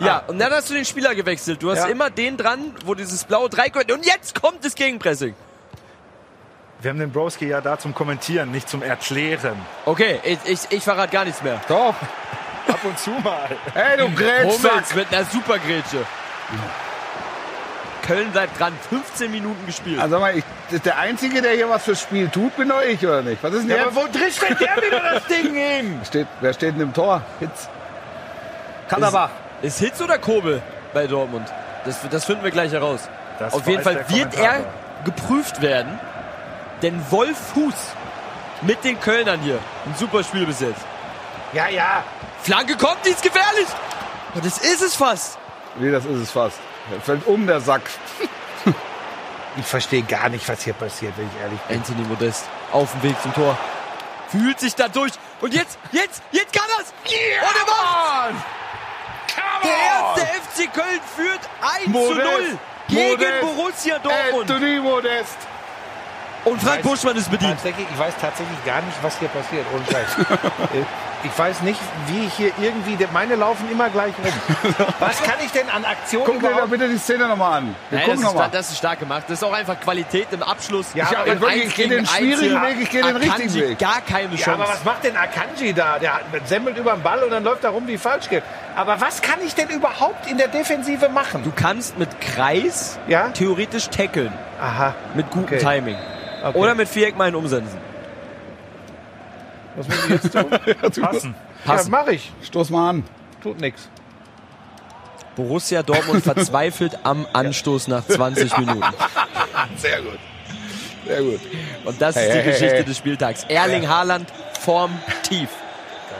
F: Ja, und dann hast du den Spieler gewechselt. Du hast
B: Ja.
F: immer den dran, wo dieses blaue Dreieck. Und jetzt kommt das Gegenpressing.
G: Wir haben den Broski ja da zum Kommentieren, nicht zum Erklären.
F: Okay, ich, ich, ich verrate gar nichts mehr.
A: Doch.
G: Ab und zu mal.
A: Hey, du
F: Hummels
A: Grätschsack.
F: mit einer Supergrätsche. Köln bleibt dran. 15 Minuten gespielt.
A: Also sag mal, ich, das- der Einzige, der hier was fürs Spiel tut, bin doch ich, oder nicht? Was ist denn der?
F: wo drischt denn der wieder das Ding hin?
A: Steht, wer steht denn im Tor? Hitz. Katterbach.
F: Ist Hitz oder Kobel bei Dortmund? Das, das finden wir gleich heraus.
G: Das
F: Auf jeden
G: weiß
F: Fall
G: der
F: wird er
G: Kommentator.
F: geprüft werden, denn Wolf Fuß mit den Kölnern hier ein super Spiel bis jetzt.
A: Ja, ja.
F: Flanke kommt, die ist gefährlich. Und das ist es fast.
A: Nee, das ist es fast. Er fällt um, der Sack.
B: Ich verstehe gar nicht, was hier passiert, wenn ich ehrlich bin.
F: Anthony Modest auf dem Weg zum Tor. Fühlt sich da durch. Und jetzt, jetzt, jetzt kann das. Und er macht's. Der erste FC Köln führt 1 zu
A: Modest.
F: 0 gegen
A: Modest. Äh,
F: Borussia Dortmund.
A: Anthony Modest.
F: Und Frank Buschmann ist bedient.
B: Tatsächlich, ich weiß tatsächlich gar nicht, was hier passiert. Ohne Scheiß. Äh, ich weiß nicht, wie ich hier irgendwie. de- Meine laufen immer gleich rum. Was kann ich denn an Aktionen
A: Guck dir doch
B: überhaupt?
A: bitte die Szene nochmal an. Wir
F: Nein, das,
A: gucken
F: ist,
A: nochmal.
F: das ist stark gemacht. Das ist auch einfach Qualität im Abschluss.
B: Ja,
A: aber
F: im
A: wirklich,
F: Eins
A: ich gehe den
F: gegen Eins
A: schwierigen
F: hier
A: Weg, ich gehe den
F: Akanji
A: richtigen Weg.
F: Gar keine
B: Ja,
F: Chance.
B: aber was macht denn Akanji da? Der hat- semmelt über den Ball und dann läuft er rum wie falsch geht. Aber was kann ich denn überhaupt in der Defensive machen?
F: du kannst mit Kreis
B: Ja?
F: theoretisch tackeln.
B: Aha.
F: Mit gutem
B: Okay.
F: Timing.
B: Okay.
F: Oder mit Viereck mal einen umsetzen.
B: was muss ich jetzt tun?
G: Passen.
F: Passen.
B: Ja, mach ich.
A: Stoß mal an.
B: Tut nichts.
F: Borussia Dortmund verzweifelt am Anstoß nach 20 Minuten.
A: Sehr gut. Sehr gut.
F: Und das ist
A: Hey,
F: die
A: hey,
F: Geschichte
A: hey.
F: des Spieltags. Erling Haaland form tief.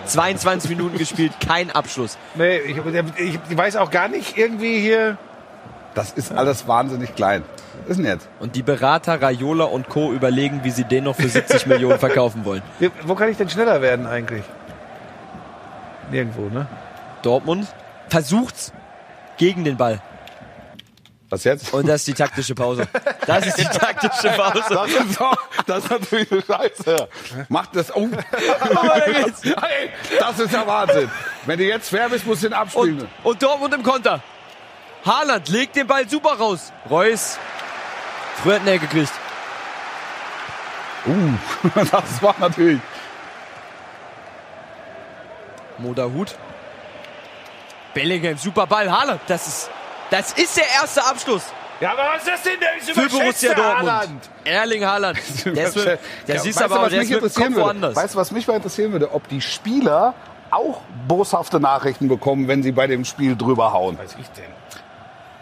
F: 22 Minuten gespielt, kein Abschluss.
B: Nee, ich, ich, ich weiß auch gar nicht irgendwie hier.
A: Das ist alles wahnsinnig klein. Was ist denn jetzt?
F: Und die Berater Raiola und Co. überlegen, wie sie den noch für 70 Millionen verkaufen wollen.
B: Wie- Wo kann ich denn schneller werden eigentlich? Nirgendwo, ne?
F: Dortmund versucht's gegen den Ball.
A: Was jetzt?
F: Und das ist die taktische Pause. Das ist die taktische Pause.
A: Das ist, so, das ist natürlich eine Scheiße. Macht das um. hey, das ist ja Wahnsinn. Wenn du jetzt fair bist, musst du den abspielen.
F: Und, und Dortmund im Konter. Haaland legt den Ball super raus. Reus. Früher hat er gekriegt.
A: Uh, das war natürlich.
F: Moderhut. Bellingham, super Ball. Haaland, das ist, das ist der erste Abschluss
B: Ja, aber was ist das denn? Der ist
F: für Borussia Dortmund.
B: Haaland.
F: Erling Haaland. Der ist, mit- der
A: Ja,
F: siehst
A: weißt
F: aber,
A: was
F: der
A: mich
F: ist mit dem Kopf
A: interessieren würde?
F: woanders.
A: Weißt du, was mich mal interessieren würde? Ob die Spieler auch boshafte Nachrichten bekommen, wenn sie bei dem Spiel drüber hauen.
B: Was ich denn?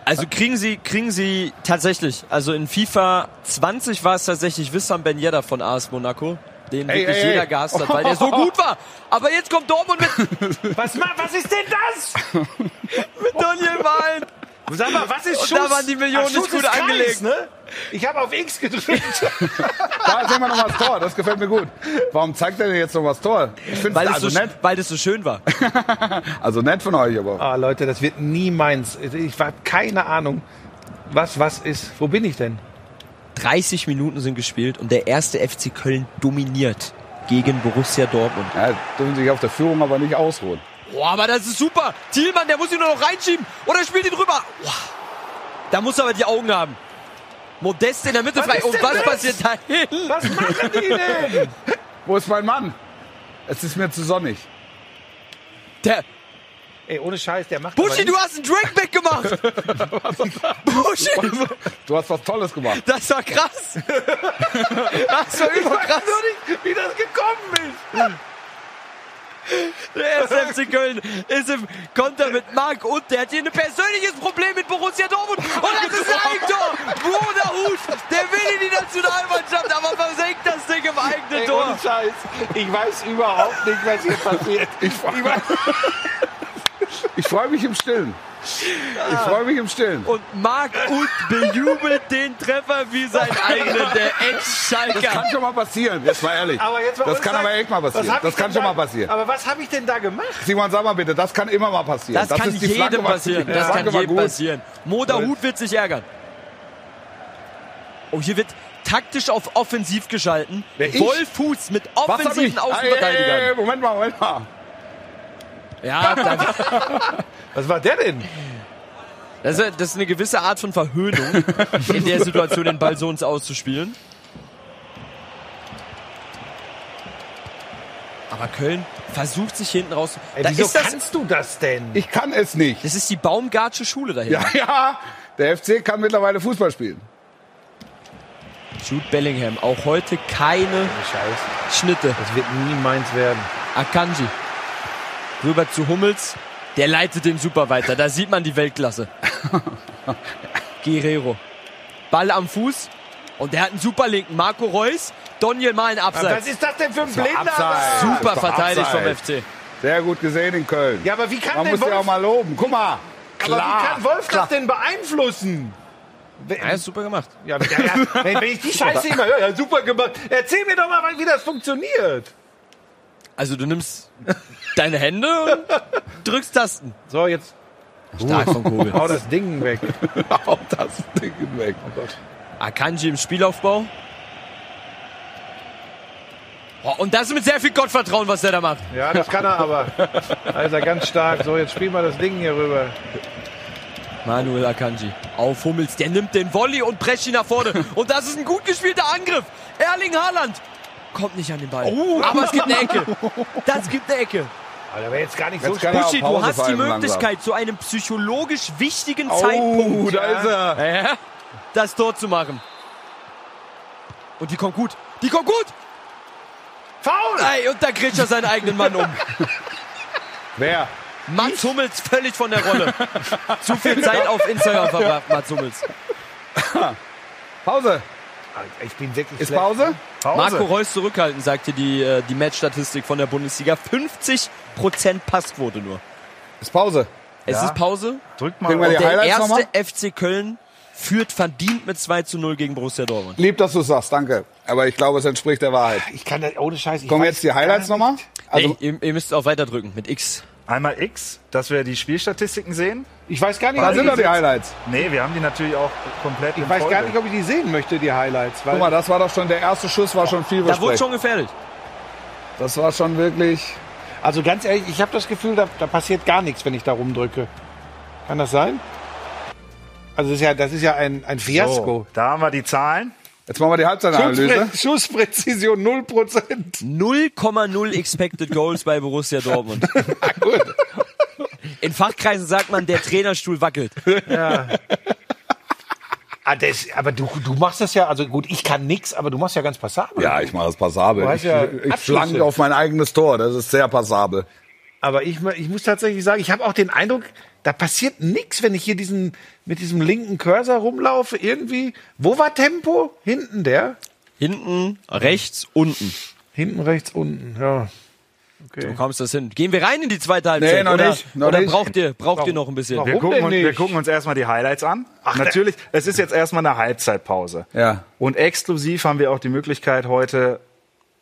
F: Also kriegen sie, kriegen sie tatsächlich, also in FIFA 20 war es tatsächlich Wissam Ben Yedder von AS Monaco, den
A: Ey,
F: wirklich
A: ey, ey.
F: jeder gehasst hat, weil der so gut war. Aber jetzt kommt Dortmund mit,
B: Was, ma- was ist denn das?
F: mit Daniel Malen.
B: Sag mal, was ist
F: Und
B: Schuss?
F: da waren die Millionen
B: Ach, Schuss
F: nicht gut
B: ist Kreis,
F: angelegt.
B: ne? Ich habe auf X gedrückt.
A: Da sehen wir nochmal das Tor, das gefällt mir gut. Warum zeigt er denn jetzt nochmal das Tor? Ich finde
F: Weil,
A: es
F: es
A: also
F: so,
A: nett.
F: weil es so schön war.
A: Also nett von euch, aber.
B: Ah, Leute, das wird nie meins. Ich habe keine Ahnung, was was ist. Wo bin ich denn?
F: 30 Minuten sind gespielt und der erste FC Köln dominiert gegen Borussia Dortmund.
A: Ja, dürfen sich auf der Führung aber nicht ausruhen.
F: Boah, aber das ist super. Thielmann, der muss ihn nur noch reinschieben oder spielt ihn drüber. Boah. Da muss er aber die Augen haben. Modest in der Mitte frei.
B: ist
F: Und
B: denn
F: was
B: das?
F: passiert da hinten?
B: Was machen die denn?
A: Wo ist mein Mann? Es ist mir zu sonnig.
F: Der,
B: Ey, ohne Scheiß, der macht.
F: Buschi,
B: aber
F: du hast einen Dragback gemacht. Buschi,
A: Du hast was Tolles gemacht.
F: das war krass. Das war überkrass.
B: nicht, wie das gekommen ist.
F: Der SFC Köln ist im Konter mit Marc und der hat hier ein persönliches Problem mit Borussia Dortmund. Und das ist ein Eigentor. Bruderhut, der will in die Nationalmannschaft, aber versenkt das Ding im eigenen
B: Ey, ohne
F: Tor.
B: Scheiß. Ich weiß überhaupt nicht, was hier passiert. Ich, weiß,
A: Ich freue mich im Stillen. Ich freue mich im Stillen.
B: Ah.
F: Und Marc Uth bejubelt den Treffer wie sein eigenen, der
A: Kann
F: Ex-Schalker.
A: schon mal passieren, jetzt mal ehrlich.
B: aber jetzt mal
A: das
B: ohne
A: kann
B: Scheiß,
A: aber echt mal
B: was
A: passieren.
B: hab
A: Das
B: ich
A: kann schon
B: denn da-
A: mal passieren.
B: Aber was habe ich denn da gemacht?
A: Simon, sag mal bitte, das kann immer mal passieren.
F: Das, kann
A: ist die Flagge,
F: jedem
A: was-
F: passieren.
A: Die
F: Das
A: Flagge
F: kann
A: war
F: jedem
A: gut.
F: passieren. Moderhut wird sich ärgern. Oh, hier wird taktisch auf offensiv geschalten.
A: Wer, ich?
F: Voll Fuß mit
A: Was hab ich? Ey, ey,
F: offensiven Außenverteidigern.
A: ey, Moment mal, Moment mal.
F: Ja, da-
B: Was war der denn?
F: das ist, das ist eine gewisse Art von Verhöhnung, in der Situation den Ball so uns auszuspielen. Aber Köln versucht sich hinten raus.
B: Ey,
F: da
B: wieso
F: ist das,
B: kannst du das denn?
A: Ich kann es nicht.
F: das ist die Baumgartsche Schule dahinter.
A: Ja, ja, der FC kann mittlerweile Fußball spielen.
F: Jude Bellingham, auch heute keine
B: Scheiße.
F: Schnitte.
B: Das wird nie meins werden.
F: Akanji. Rüber zu Hummels. Der leitet den super weiter. Da sieht man die Weltklasse. Guerrero. Ball am Fuß. Und der hat einen super linken. Marco Reus. Doniel mal in
B: Was
F: Abseits.
B: ist das denn für ein
A: Abseits.
B: Blinder?
F: Super
A: das war
F: verteidigt vom
A: Abseits.
F: FC.
A: Sehr gut gesehen in Köln.
B: Ja, aber wie kann
A: Man
B: denn
A: muss ja auch
B: Wolf,
A: mal loben. Guck mal.
B: aber wie
A: Klar.
B: kann Wolf das denn beeinflussen?
F: Ja, ist super gemacht.
B: Ja, ja, ja. Wenn, wenn ich die Scheiße immer höre, ja, super gemacht. Erzähl mir doch mal, wie das funktioniert.
F: Also du nimmst deine Hände und drückst Tasten.
B: So, jetzt
F: Stark von Kugel.
B: hau das Ding weg.
A: Auch das Ding weg.
F: Akanji im Spielaufbau. Oh, und das mit sehr viel Gottvertrauen, was der da macht.
B: Ja, das kann er aber. Da ist er ganz stark. So, jetzt spiel mal das Ding hier rüber.
F: Manuel Akanji auf Hummels. Der nimmt den Volley und prescht ihn nach vorne. Und das ist ein gut gespielter Angriff. Erling Haaland kommt nicht an den Ball.
A: Oh.
F: Aber es gibt eine Ecke. Das gibt eine Ecke.
B: Aber der wäre jetzt gar nicht so
A: Jetzt kann er
F: Buschi,
A: auf
F: du
A: Pause
F: hast die
A: fallen langsam.
F: Möglichkeit, zu einem psychologisch wichtigen
A: Oh,
F: Zeitpunkt
A: da ist er.
F: ja, das Tor zu machen. Und die kommt gut. Die kommt gut.
B: faul.
F: Ey, und da grätscht er seinen eigenen Mann um.
A: Wer?
F: Mats Hummels völlig von der Rolle. Zu viel Zeit auf Instagram verbracht, Mats Hummels.
A: Pause.
B: Ich bin wirklich
A: Ist
B: schlecht.
A: Pause?
F: Marco Reus zurückhalten, sagte die, äh, die Matchstatistik von der Bundesliga. 50% Passquote nur.
A: Ist Pause.
F: Es ist Pause.
G: Drückt
A: Kriegen wir
G: mal.
A: die
F: Der
A: Highlights nochmal?
F: erste FC Köln führt verdient mit 2 zu 0 gegen Borussia Dortmund.
A: Lieb, dass du es sagst, danke. Aber ich glaube, es entspricht der Wahrheit.
B: Ich kann das ohne Scheiß. ich
A: Kommen
B: weiß
A: jetzt die
B: gar
A: Highlights
B: nicht.
A: nochmal? Also,
F: Ey, ihr, ihr müsst auch weiter drücken mit X.
G: Einmal X, dass wir die Spielstatistiken sehen.
B: Ich weiß gar nicht,
A: da
B: ob
A: sind
B: ich
A: doch die Highlights.
G: Nee, wir haben die natürlich auch komplett
B: Ich weiß gar nicht, ob ich die sehen möchte, die Highlights. Weil
A: Guck mal, das war doch schon, der erste Schuss war schon
F: Da wurde
A: vielversprechend.
F: schon gefährdet.
A: Das war schon wirklich,
B: also ganz ehrlich, ich habe das Gefühl, da, da passiert gar nichts, wenn ich da rumdrücke. Kann das sein? Also das ist ja, das ist ja ein, ein
G: So,
B: Fiasko.
G: da haben wir die Zahlen.
A: jetzt machen wir die Halbzeitanalyse.
B: Schusspräz- Schusspräzision 0%.
F: 0,0 Expected Goals bei Borussia Dortmund.
A: Ah,
F: In Fachkreisen sagt man, der Trainerstuhl wackelt.
B: Ah, das, aber du, du machst das ja, also gut, ich kann nix, aber du machst ja ganz passabel.
A: Ja, ich mache das passabel.
B: Du hast
A: Ich,
B: ja
A: ich
B: Abschlüsse.
A: flanke auf mein eigenes Tor, das ist sehr passabel.
B: Aber ich, mu- ich muss tatsächlich sagen, ich habe auch den Eindruck, da passiert nichts, wenn ich hier diesen, mit diesem linken Cursor rumlaufe. Irgendwie, wo war Tempo? Hinten der?
F: Hinten, rechts, unten.
B: Hinten rechts unten, ja.
F: Wo kommst du das hin? Gehen wir rein in die zweite Halbzeit?
A: Nee, noch
F: oder
A: nicht, noch
F: oder
A: nicht.
F: braucht ihr braucht ihr noch ein bisschen?
G: Wir
B: Warum
G: gucken,
B: denn
G: uns, wir
B: nicht?
G: gucken uns erstmal die Highlights an. Natürlich, es ist jetzt erstmal eine Halbzeitpause.
A: Ja.
G: Und exklusiv haben wir auch die Möglichkeit, heute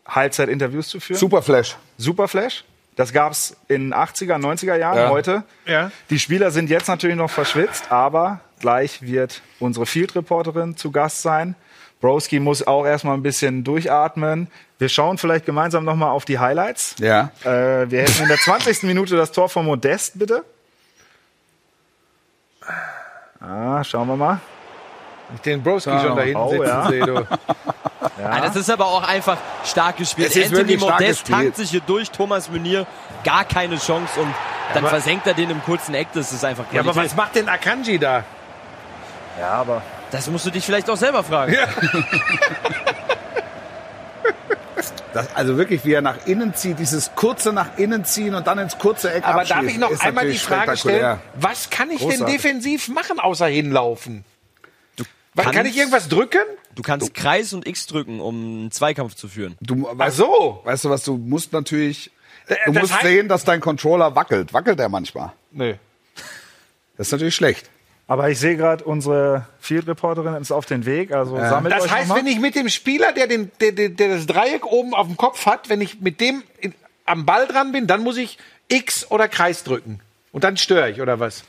G: Halbzeitinterviews zu führen.
A: Superflash.
G: Superflash. Das gab's in 80er, 90er Jahren
A: Ja.
G: heute.
B: Ja.
G: Die Spieler sind jetzt natürlich noch verschwitzt, aber gleich wird unsere Field-Reporterin zu Gast sein. Broski muss auch erstmal ein bisschen durchatmen. Wir schauen vielleicht gemeinsam nochmal auf die Highlights.
A: Ja.
G: Äh, wir hätten in der 20. Minute das Tor von Modest, bitte. Ah, schauen wir mal.
B: Ich den Broski schon da hinten
G: Oh,
B: sitzen
G: ja.
B: sehe, du.
F: Ah, das ist aber auch einfach stark gespielt.
A: Es ist
F: Anthony
A: wirklich stark
F: Modest
A: gespielt.
F: tankt sich hier durch, Thomas Meunier gar keine Chance und dann versenkt er den im kurzen Eck. Das ist einfach
B: Ja, aber
F: Qualität.
B: was macht denn Akanji da?
G: Ja, aber
F: Das musst du dich vielleicht auch selber fragen.
A: Das, also wirklich, wie er nach innen zieht, dieses kurze nach innen ziehen und dann ins kurze Eck
B: Aber darf
A: abschließen,
B: ich noch
A: ist
B: einmal die
A: natürlich
B: Frage
A: spektakulär.
B: stellen, was kann ich
A: Großartig.
B: denn defensiv machen, außer hinlaufen? Was, kann
F: kannst-
B: ich irgendwas drücken?
F: Du kannst Kreis und X drücken, um einen Zweikampf zu führen.
A: Du,
B: Ach
A: weißt,
B: so.
A: weißt du was, du musst natürlich, du
B: Äh, das
A: musst
B: heißt-
A: sehen, dass dein Controller wackelt. Wackelt er manchmal.
B: Nee.
A: Das ist natürlich schlecht.
G: Aber ich sehe gerade, unsere Field-Reporterin ist auf den Weg. Also sammelt
B: Das
G: euch
B: heißt,
G: noch mal.
B: wenn ich mit dem Spieler, der, den, der, der, der das Dreieck oben auf dem Kopf hat, wenn ich mit dem in, am Ball dran bin, dann muss ich X oder Kreis drücken. Und dann störe ich, oder was?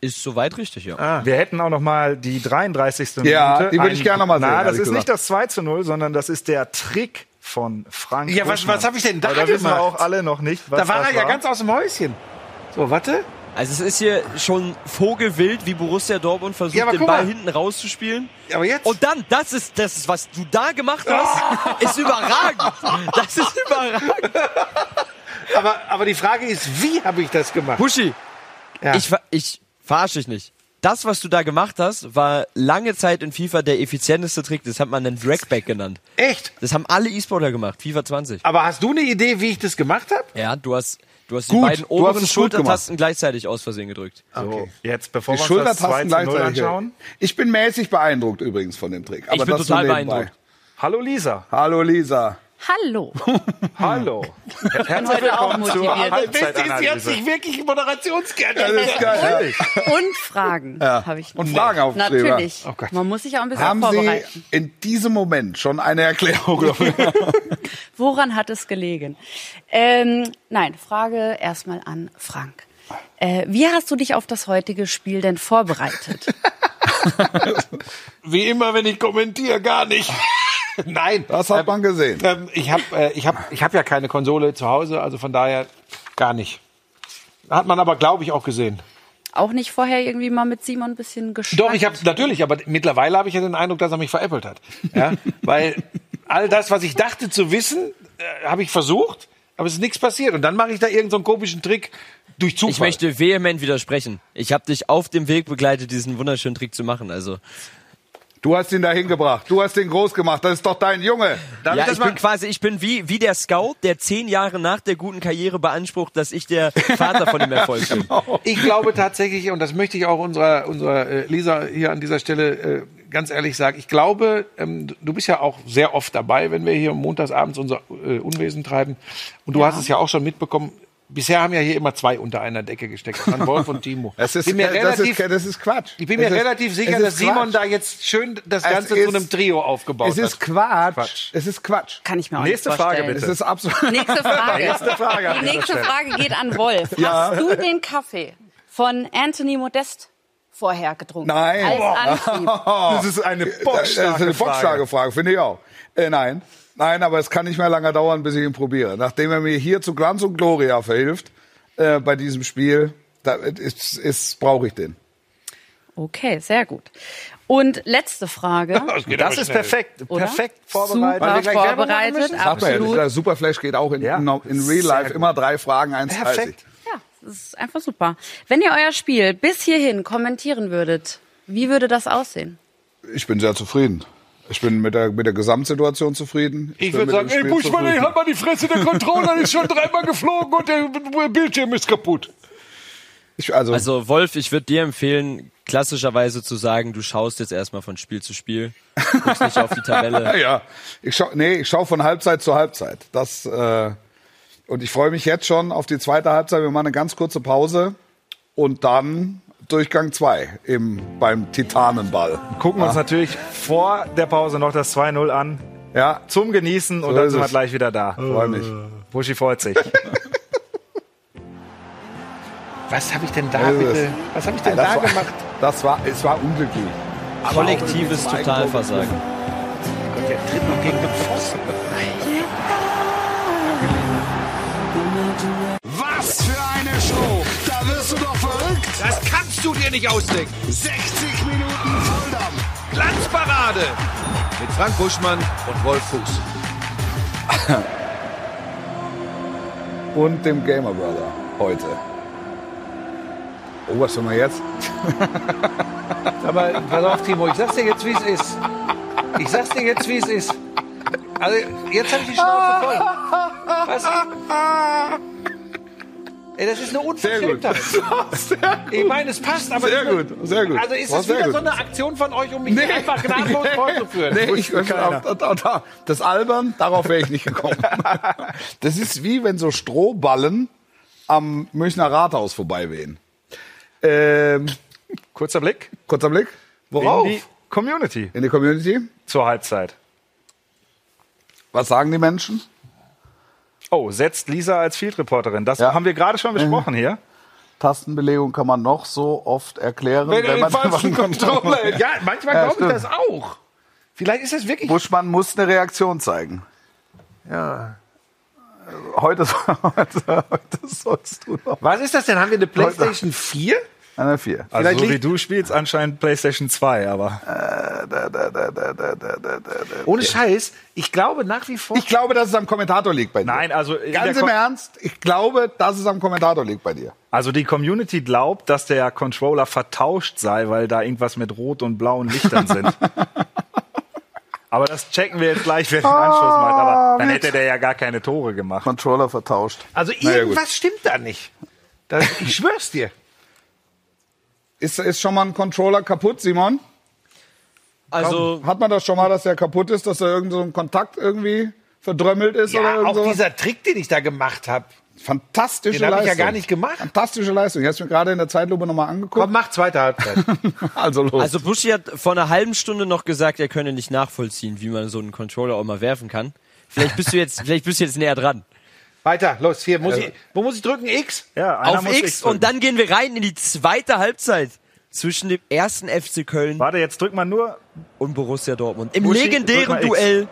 F: Ist soweit richtig, ja.
A: Ah.
G: Wir hätten auch noch mal die 33.
A: Ja,
G: Minute.
A: die würde ich gerne noch mal sehen,
G: Na, das
A: ehrlich
G: ist
A: gesagt.
G: nicht das 2 zu 0, sondern das ist der Trick von Frank.
B: Ja, was-
G: Buschmann.
B: was hab ich denn da
G: Aber Da wissen wir
B: gemacht?
G: auch alle noch nicht, was
B: Da war
G: das
B: er ja
G: war.
B: ganz aus dem Häuschen. So, warte.
F: Also es ist hier schon vogelwild, wie Borussia Dortmund versucht,
B: Ja, aber
F: den
B: guck
F: Ball
B: mal.
F: hinten rauszuspielen.
B: Aber jetzt.
F: Und dann, das ist, das ist, was du da gemacht hast, ist überragend. Das ist überragend.
B: aber, aber die Frage ist, wie habe ich das gemacht?
F: Buschi,
B: Ja.
F: ich, ver- ich verarsche dich nicht. Das, was du da gemacht hast, war lange Zeit in FIFA der effizienteste Trick. Das hat man einen Dragback genannt.
B: Echt?
F: Das haben alle E-Sportler gemacht, FIFA 20.
B: Aber hast du eine Idee, wie ich das gemacht habe?
F: Ja, du hast, du hast die
A: Gut,
F: beiden
A: du hast
F: oberen
A: es gut
F: Schultertasten gleichzeitig aus Versehen gedrückt.
G: So, jetzt, bevor
A: Die
G: wir uns das 2
A: Schultertasten
G: zu 0
A: gleichzeitig.
G: anschauen.
A: Ich bin mäßig beeindruckt übrigens von dem Trick. Aber
F: bin
A: das
F: total
A: nur nebenbei.
F: beeindruckt.
G: Hallo Lisa.
A: Hallo Lisa.
H: Hallo.
A: Hm.
G: Hallo. Herzlich
H: Heute auch
G: willkommen zur
H: motiviert.
G: Halbzeitanalyse.
B: wirklich
A: Das
B: Moderationskette.
A: ist geil.
H: Und Fragen habe ich.
A: Und Fragen aufgeschrieben.
H: Natürlich.
B: Oh Gott.
H: Man muss sich auch ein bisschen
A: Haben Sie
H: vorbereiten.
A: in diesem Moment schon eine Erklärung?
H: Woran hat es gelegen? Ähm, nein, Frage erstmal an Frank. Äh, wie hast du dich auf das heutige Spiel denn vorbereitet?
B: Wie immer, wenn ich kommentiere, gar nicht. Nein.
A: Das hat man gesehen.
B: Ähm, ich habe äh, ich hab, ich hab ja keine Konsole zu Hause, also von daher gar nicht. Hat man aber, glaube ich, auch gesehen.
H: auch nicht vorher irgendwie mal mit Simon ein bisschen gesprochen?
B: Doch, ich habe natürlich, aber mittlerweile habe ich ja den Eindruck, dass er mich veräppelt hat. Ja? Weil all das, was ich dachte zu wissen, äh, habe ich versucht, aber es ist nichts passiert. Und dann mache ich da irgendeinen so einen komischen Trick durch Zufall.
F: Ich möchte vehement widersprechen. Ich habe dich auf dem Weg begleitet, diesen wunderschönen Trick zu machen. Also,
A: Du hast ihn dahin gebracht. Du hast ihn groß gemacht. Das ist doch dein Junge. Darf
F: ja,
A: das
F: ich
A: mal-
F: bin quasi, ich bin wie, wie der Scout, der zehn Jahre nach der guten Karriere beansprucht, dass ich der Vater von dem Erfolg bin.
B: Ich glaube tatsächlich, und das möchte ich auch unserer, unserer äh, Lisa hier an dieser Stelle äh, ganz ehrlich sagen, ich glaube, ähm, du- du bist ja auch sehr oft dabei, wenn wir hier montagsabends unser äh, Unwesen treiben. Und du hast es ja auch schon mitbekommen. Bisher haben ja hier immer zwei unter einer Decke gesteckt, an Wolf und Timo.
A: das ist,
B: Bin mir
A: das,
B: relativ-
A: ist, das ist Quatsch.
B: Ich bin
A: Es
B: mir
A: ist,
B: relativ sicher,
A: es ist
B: dass Simon
A: Quatsch.
B: da jetzt schön das
A: Es
B: Ganze
A: ist-
B: zu einem Trio aufgebaut
A: Es ist Quatsch. Es ist Quatsch.
H: Kann ich mir auch
G: Nächste
H: nicht
G: Frage
H: vorstellen.
A: Es
G: bitte.
A: ist absolut.
H: Nächste Frage.
G: Nächste Frage an
H: Die
G: dieser
H: nächste
G: Stelle.
H: Frage geht an Wolf.
A: Ja.
H: Hast du den Kaffee von Anthony Modest vorher getrunken?
A: Nein.
H: Als Antrieb.
G: Das ist eine bockstarke
A: Das ist eine
G: Frage.
A: bockstarke Frage, finde ich auch. Äh, nein. Nein, aber es kann nicht mehr lange dauern, bis ich ihn probiere. Nachdem er mir hier zu Glanz und Gloria verhilft, äh, bei diesem Spiel, da ist, ist, brauche ich den.
H: Okay, sehr gut. Und letzte Frage.
G: Das ist perfekt.
H: Oder?
G: Perfekt vorbereitet.
H: Super
G: Weil wir gleich Werbung machen
H: vorbereitet,
G: müssen?
A: Sagt man ja,
H: absolut.
A: dieser Superflash geht auch in,
G: Ja.
A: in, in Real
G: Sehr
A: Life
G: gut.
A: immer drei Fragen, eins
G: Perfekt.
H: Ja, das ist einfach super. Wenn ihr euer Spiel bis hierhin kommentieren würdet, wie würde das aussehen?
A: Ich bin sehr zufrieden. Ich bin mit der, mit der Gesamtsituation zufrieden.
B: Ich
A: bin
B: würde
A: mit
B: sagen,
A: dem
B: ey,
A: Spiel
B: Busch, mal, ey,
A: zufrieden.
B: halt mal die Fresse, der Controller ist schon dreimal geflogen und der Bildschirm ist kaputt.
A: ich, also,
F: Also, Wolf, ich würde dir empfehlen, klassischerweise zu sagen, du schaust jetzt erstmal von Spiel zu Spiel, guckst nicht auf die Tabelle.
A: ja, ich schau, nee, ich schaue von Halbzeit zu Halbzeit. Das, äh, und ich freue mich jetzt schon auf die zweite Halbzeit. Wir machen eine ganz kurze Pause und dann Durchgang 2 im, beim Titanenball.
G: Gucken
A: Ah.
G: uns natürlich vor der Pause noch das 2-0 an.
A: Ja,
G: Zum Genießen und
A: So
G: dann
A: ist
G: sind wir
A: es.
G: gleich wieder da.
A: freue mich.
G: Buschi freut sich.
B: Was habe ich denn da
A: Also,
B: bitte? Was habe ich denn da
A: das, war,
B: gemacht?
A: das war, es war unglücklich.
F: Kollektives
A: Aber auch irgendwie zum
F: Totalversagen.
B: Der tritt noch gegen den Pfosten.
I: Was für eine Show! Da wirst du doch verrückt!
B: Das kannst du dir nicht ausdenken.
I: 60 Minuten Volldampf!
B: Glanzparade mit Frank Buschmann und Wolf Fuß.
A: Eigentor. Und dem Gamer Brother heute. Oh, was haben wir jetzt?
B: Aber pass auf, Timo, ich sag's dir jetzt, wie es ist. Ich sag's dir jetzt, wie es ist. Also, jetzt habe ich die Schnauze voll. Was? Ah, Ey, das ist eine Unverschämtheit. Ich meine, es passt, aber...
A: Sehr
B: es ist-
A: gut, sehr gut.
B: Also ist
A: War
B: es
A: sehr
B: wieder
A: gut.
B: so eine Aktion von euch, um mich einfach gnadenlos vorzuführen?
A: Nee, ich,
G: keiner.
A: da, da, da, das Albern, darauf wäre ich nicht gekommen. das ist wie wenn so Strohballen am Münchner Rathaus vorbei wehen. Ähm,
G: Kurzer Blick
A: kurzer Blick.
G: in
A: Worauf?
G: die Community
A: In die Community.
G: zur Halbzeit.
A: Was sagen die Menschen?
G: Oh, setzt Lisa als Field Reporterin. Das
A: Ja.
G: haben wir gerade schon besprochen
B: Äh.
G: hier.
A: Tastenbelegung kann man noch so oft erklären,
B: Wenn er den
A: man
B: falschen Controller... Ja, manchmal
A: Ja,
B: glaube ich
A: stimmt.
B: das auch.
G: Also
B: Vielleicht ist das wirklich...
A: Buschmann muss eine Reaktion zeigen.
B: Ja.
A: heute, heute, heute sollst du noch.
B: Was ist das denn? Haben wir eine PlayStation 4?
A: An der 4.
G: Also
B: Vielleicht
G: so wie
B: liegt-
G: du spielst, anscheinend PlayStation 2, aber.
B: Ohne Scheiß. Ich glaube nach wie vor.
A: Ich glaube, dass es am Kommentator liegt bei dir.
G: Nein, also in der
A: Ganz im
G: Kom-
A: Ernst, ich glaube, dass es am Kommentator liegt bei dir.
G: Also die Community glaubt, dass der Controller vertauscht sei, weil da irgendwas mit rot und blauen Lichtern sind. Aber das checken wir jetzt gleich, wer den Anschluss macht. Aber dann hätte der ja gar keine Tore gemacht.
A: Controller vertauscht.
B: also
A: Naja, gut.
B: irgendwas stimmt da nicht. Das, ich schwör's dir.
A: Ist, ist schon mal ein Controller kaputt, Simon?
F: Also,
A: Hat man das schon mal, dass der kaputt ist, dass da irgend so ein Kontakt irgendwie verdrömmelt ist oder
B: Ja,
A: irgend
B: auch
A: sowas?
B: dieser Trick, den ich da gemacht habe.
A: Fantastische
B: Den hab ich ja
A: Leistung.
B: gar nicht gemacht.
A: Fantastische Leistung. Ich habe mir gerade in der Zeitlupe nochmal
B: Komm,
A: angeguckt.
B: mach zweite Halbzeit.
A: also los.
F: also Bushi hat vor einer halben Stunde noch gesagt, er könne nicht nachvollziehen, wie man so einen Controller auch mal werfen kann. Vielleicht bist du jetzt, vielleicht bist du jetzt näher dran.
B: Weiter, los, hier,
G: Also
B: muss ich, wo muss ich drücken? X?
G: Ja, einer
F: Auf
G: muss
F: X
G: drücken.
F: und dann gehen wir rein in die zweite Halbzeit zwischen dem ersten FC Köln
G: Warte, jetzt drückt man nur.
F: und Borussia Dortmund. Im
G: Buschi, drück
F: legendären
G: mal X.
F: Duell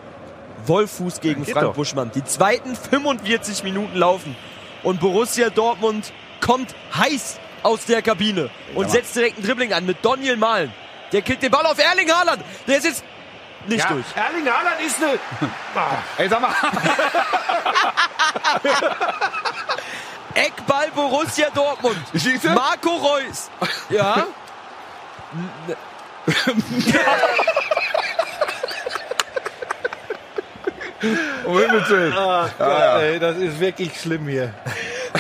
F: Wolfuß gegen
G: Geht
F: Frank
G: doch.
F: Buschmann. Die zweiten 45 Minuten laufen und Borussia Dortmund kommt heiß aus der Kabine und setzt direkt einen Dribbling an mit Daniel Mahlen. Der killt den Ball auf Erling Haaland. Der ist jetzt nicht
B: Ja,
F: durch.
B: Erling Haaland ist eine.
A: Ey, sag mal.
F: Eckball Borussia Dortmund.
A: Schieße?
F: Marco Reus. Ja.
A: Um Himmels Willen.
B: Gott, ey, das ist wirklich schlimm hier.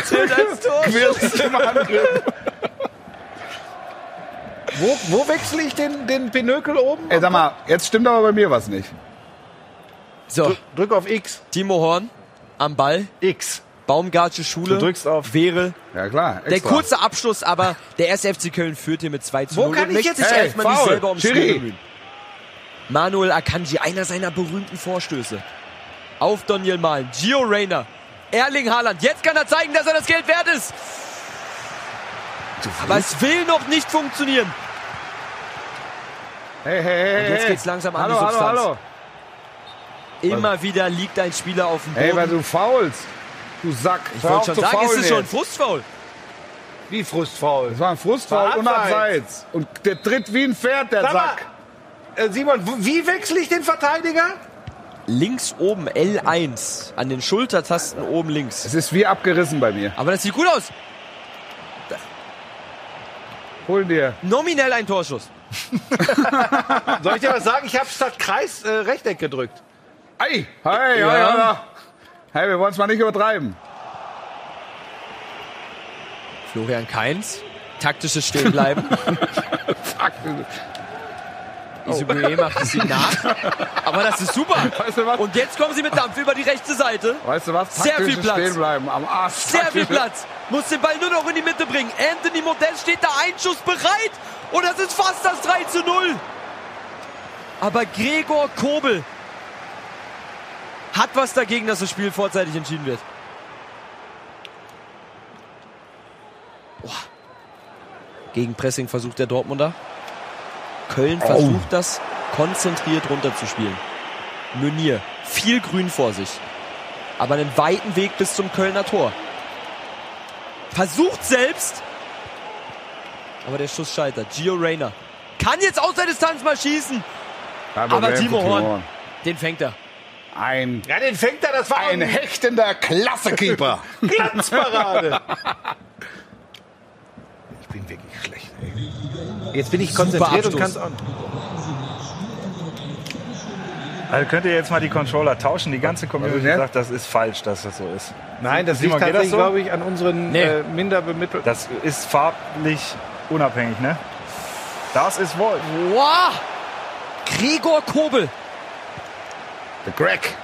F: zählt als Tor.
A: Quirlt im Angriff.
B: Wo, wo wechsle ich den, den Pinökel oben?
A: Ey, sag mal, jetzt stimmt aber bei mir was nicht.
F: So,
B: Drück auf X.
F: Timo Horn am Ball.
G: X.
F: Baumgartsche Schule.
G: Du drückst auf-
F: Wäre
A: Ja, klar.
F: der
A: extra.
F: kurze Abschluss, aber der erste FC Köln führt hier mit 2 zu 0.
B: Wo kann
F: und
B: ich
F: möchte
B: jetzt-
F: sich
B: Ey,
F: erstmal nicht
B: faul.
F: selber ums
B: Schiri.
F: Spiel bemühen. Manuel Akanji, einer seiner berühmten Vorstöße. Auf Daniel Mahlen, Gio Reyna, Erling Haaland. Jetzt kann er zeigen, dass er das Geld wert ist. Aber es will noch nicht funktionieren.
A: Hey, hey, hey,
F: Und jetzt
A: hey.
F: geht's langsam an
A: hallo,
F: die
A: hallo,
F: Substanz.
A: hallo.
F: Immer wieder liegt ein Spieler auf dem Boden.
A: Ey, weil du faulst. Du Sack.
F: ich wollte schon sagen, es ist schon ein
A: Frust.
F: Frustfoul.
B: Wie frustfaul.
A: Das war ein Frustfaul
B: War
A: und
B: abseits.
A: abseits. Und der tritt wie ein Pferd, der
B: Sag mal,
A: Sack.
B: äh, Simon, w- wie wechsle ich den Verteidiger?
F: Links oben, L1. An den Schultertasten oben links.
A: Es ist wie abgerissen bei mir.
F: Aber das sieht gut aus.
A: Hol dir.
F: Nominell ein Torschuss.
B: Soll ich dir was sagen? Ich habe statt Kreis äh, Rechteck gedrückt.
A: Ei, hey,
F: Ja.
A: ja. hey, Hey, wir wollen es mal nicht übertreiben.
F: Florian Kainz. Taktisches Stehenbleiben.
A: Fuck.
F: Isubue macht es ihm nach. Aber das ist super.
A: Weißt du was?
F: Und jetzt kommen sie mit Dampf über die rechte Seite.
A: Weißt du was?
F: Sehr viel
A: Taktisches
F: Platz.
A: Stehen bleiben am Arsch.
F: Sehr
A: Taktische-
F: viel Platz. Muss den Ball nur noch in die Mitte bringen. Anthony Modell steht da Einschuss bereit. Und das ist fast das 3 zu 0. Aber Gregor Kobel hat was dagegen, dass das Spiel vorzeitig entschieden wird. Boah. Gegenpressing versucht der Dortmunder. Köln versucht das konzentriert runterzuspielen. Meunier, viel Grün vor sich. Aber einen weiten Weg bis zum Kölner Tor. Versucht selbst. Aber der Schuss scheitert. Gio Reyna kann jetzt aus der Distanz mal schießen.
A: Kein
F: Aber
A: Problem
F: Timo
A: für
F: Horn. Den fängt er.
A: Ein,
B: Ja, den fängt er, das war
A: ein
B: eine
A: hechtender Klassekeeper.
B: Glanzparade. ich bin wirklich schlecht. Ey. Jetzt bin ich konzentriert und kann's
F: Abstoß.
B: auch.
G: Also könnt ihr jetzt mal die Controller tauschen? Die ganze Community
A: ne?
G: sagt, das ist falsch, dass das so ist.
B: Nein, das
G: Simon,
B: liegt
G: geht
B: tatsächlich,
G: das so?
B: glaube ich, an unseren
F: Nee.
B: äh, minder bemittelten.
G: Das ist farblich unabhängig, ne? Das ist Wolf.
F: Wow! Gregor Kobel.
A: The Greg.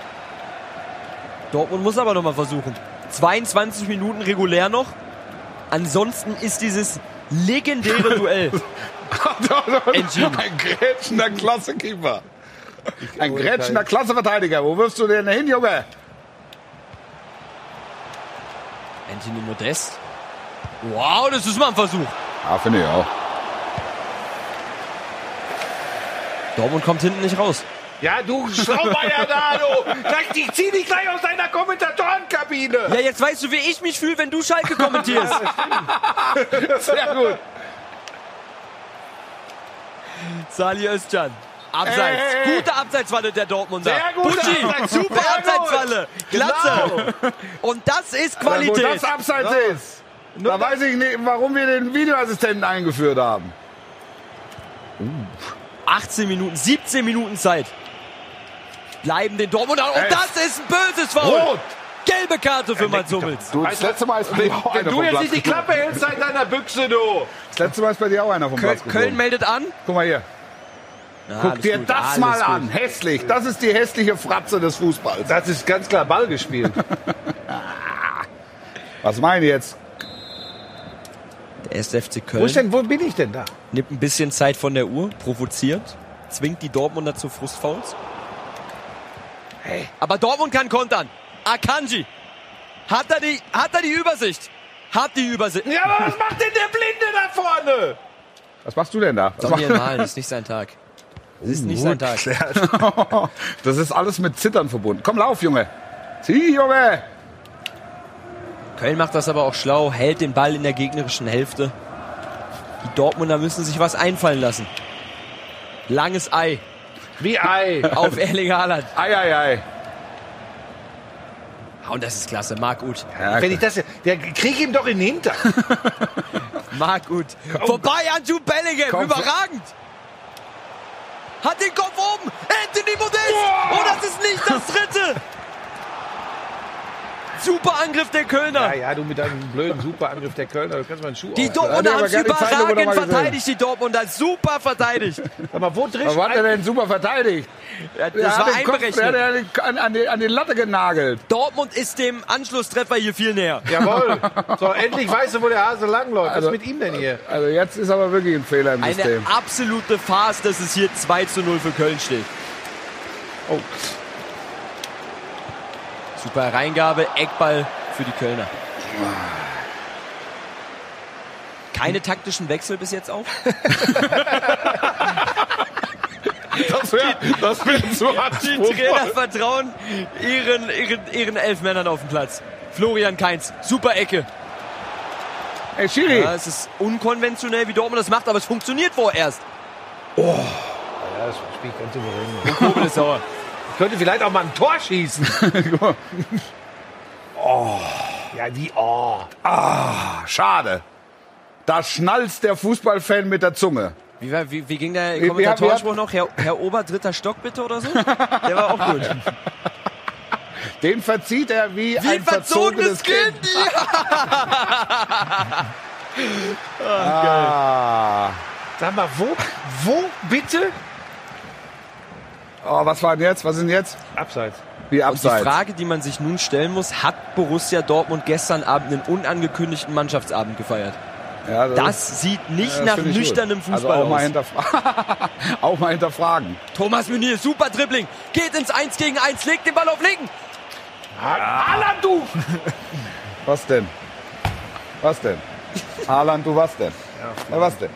F: Dortmund muss aber nochmal versuchen. 22 Minuten regulär noch. Ansonsten ist dieses legendäre Duell. Entschieden.
A: ein grätschender Klassekeeper. Ein grätschender Klasseverteidiger. Wo wirfst du den hin, Junge?
F: Anthony Modest. Wow, das ist mal ein Versuch.
A: Ah, finde ich auch.
F: Dortmund kommt hinten nicht raus.
B: Ja, du Schlaumeier da, du. Gleich, ich zieh dich gleich aus deiner Kommentatorenkabine.
C: Ja, jetzt weißt du, wie ich mich fühle, wenn du Schalke kommentierst.
B: Sehr gut.
C: Salih Özcan. Abseits. Gute Abseitswalle der Dortmunder.
B: Sehr gute
C: Pucci.
B: Abseits-
C: Super
B: Sehr gut.
C: Abseitswalle. Glatze. Und das ist
A: Wo
C: Qualität.
A: das abseits ist. Da weiß ich nicht, warum wir den Videoassistenten eingeführt haben.
C: 18 Minuten, 17 Minuten Zeit. Bleiben den Dortmunder. Und
A: Elf.
C: das ist ein böses Foul.
A: Rot.
C: Gelbe Karte für Mats Hummels.
A: Du, das letzte Mal ist bei dir auch
B: Wenn
A: einer
B: du
A: vom
B: jetzt
A: Platz
B: nicht die
A: geflogen.
B: Klappe hältst, seit deiner Büchse, du.
A: Das letzte Mal ist bei dir auch einer vom
C: Köln,
A: Platz
C: Köln
A: geflogen.
C: meldet an.
A: Guck mal hier. Guck dir das mal
C: an.
A: an. Hässlich. Das ist die hässliche Fratze des Fußballs.
B: Das ist ganz klar Ball gespielt.
A: Was meine ich jetzt?
C: Der SFC
B: wo, ist
C: Köln
B: denn, wo bin ich denn da?
C: nimmt ein bisschen Zeit von der Uhr, provoziert, zwingt die Dortmunder zu Frustfouls.
B: Hey.
C: Aber Dortmund kann kontern. Akanji. Hat er die, hat er die Übersicht? Hat die Übersicht.
B: Ja, aber was macht denn der Blinde da vorne?
A: Was machst du denn da? Was
C: Daniel
A: mach-
C: Mahlen ist nicht sein Tag. Das ist nicht sein Tag.
A: das ist alles mit Zittern verbunden. Komm, lauf, Junge. Zieh, Junge.
C: Köln macht das aber auch schlau, hält den Ball in der gegnerischen Hälfte. Die Dortmunder müssen sich was einfallen lassen. Langes Ei
B: Wie Ei.
C: auf Erling Haaland.
A: Ei, ei, ei.
C: Ah, Und das ist klasse. Marc Uth.
A: Ja,
B: Wenn ich das, der krieg ihm doch in den Hinter.
C: Marc Uth. Vorbei an Jude Bellingham.
A: Komm,
C: Überragend. Hat den Kopf oben. Anthony Modest. Und das ist nicht das dritte. Super Angriff der Kölner.
B: Ja, ja, du mit deinem blöden Superangriff der Kölner, du kannst mal einen Schuh
C: Die
B: auf.
A: Ja,
C: Dortmunder
A: die
C: haben
A: haben
C: es
A: aber gar die Zeit darüber
C: überragend
A: mal gesehen.
C: verteidigt, die Dortmunder. Super verteidigt.
B: Sag mal, wo drin?
A: was hat er denn super verteidigt?
C: Ja, Das
A: Der hat
C: war
A: den Kopf- der hat
C: einberechnet.
A: den an, an, die, an die Latte genagelt.
C: Dortmund ist dem Anschlusstreffer hier viel näher.
B: Jawohl. So, endlich weißt du, wo der Hase langläuft.
A: Also-
B: was ist mit ihm denn hier?
A: Also jetzt ist aber wirklich ein Fehler im
C: Eine
A: System.
C: absolute Farce, dass es hier 2 zu 0 für Köln steht.
A: Oh.
C: Super Reingabe, Eckball für die Kölner. Keine taktischen Wechsel bis jetzt auch.
A: Das wäre das wär zu
C: Die Trainer vertrauen ihren, ihren, ihren elf Männern auf dem Platz. Florian Kainz, super Ecke.
A: Ey, Schiri.
C: Ja, es ist unkonventionell, wie Dortmund das macht, aber es funktioniert vorerst.
B: Ja, das spielt ganz souverän.
C: Und Kobel ist sauer.
B: Ich könnte vielleicht auch mal ein Tor schießen. oh. Ja, wie, oh.
A: Schade. Da schnalzt der Fußballfan mit der Zunge.
C: Wie, war- wie, wie ging der
A: wir
C: Kommentatorspruch noch? Herr, Herr Ober, dritter Stock bitte oder so? Der war auch gut.
A: Den verzieht er wie,
C: Wie
A: ein verzogenes, Kind. Ah.
B: Sag mal, wo, wo bitte?
A: Oh, was war denn jetzt? Was sind jetzt?
B: Abseits.
A: Wie
C: Und die
A: abseits.
C: Frage, die man sich nun stellen muss, hat Borussia Dortmund gestern Abend einen unangekündigten Mannschaftsabend gefeiert?
A: Ja,
C: Das sieht nicht
A: Oh. das
C: nach
A: finde ich gut.
C: nüchternem Fußball
A: also auch, mal
C: aus.
A: hinterfra- auch mal hinterfragen.
C: Thomas Meunier, super Dribbling, geht ins 1 gegen 1, legt den Ball auf Linken.
B: Alan, du!
A: Was denn? Was denn? Haaland, du was denn? Ja, was denn?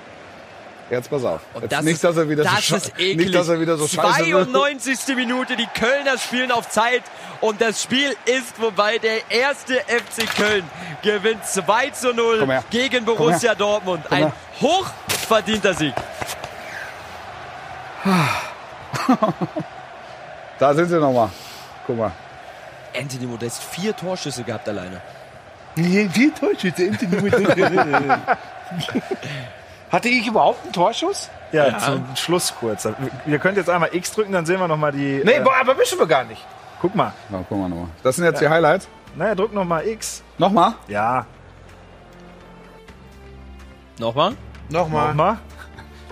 A: Jetzt pass auf. Jetzt nicht, dass er wieder
C: das
A: so
C: ist
A: scha-
C: eklig.
A: nicht, dass er wieder so scheiße wird.
C: 92. Minute, die Kölner spielen auf Zeit und das Spiel ist vorbei. Der erste FC Köln gewinnt 2 zu 0
A: Komm her.
C: gegen
A: Komm
C: Borussia Dortmund.
A: her.
C: Ein hochverdienter Sieg.
A: Da sind sie nochmal. Guck mal.
C: Anthony Modest, vier Torschüsse gehabt alleine.
B: Die Torschütze. Hatte ich überhaupt einen Torschuss?
G: Ja, zum Schluss kurz. Ihr könnt jetzt einmal X drücken, dann sehen wir nochmal die.
B: Nee,
G: äh,
B: boah, aber wissen wir gar nicht.
G: guck mal.
A: Ja, guck mal nochmal. Das sind jetzt die Highlights.
G: Naja, drück nochmal X.
A: Nochmal?
G: Ja,
C: Nochmal?
B: Nochmal.
G: nochmal.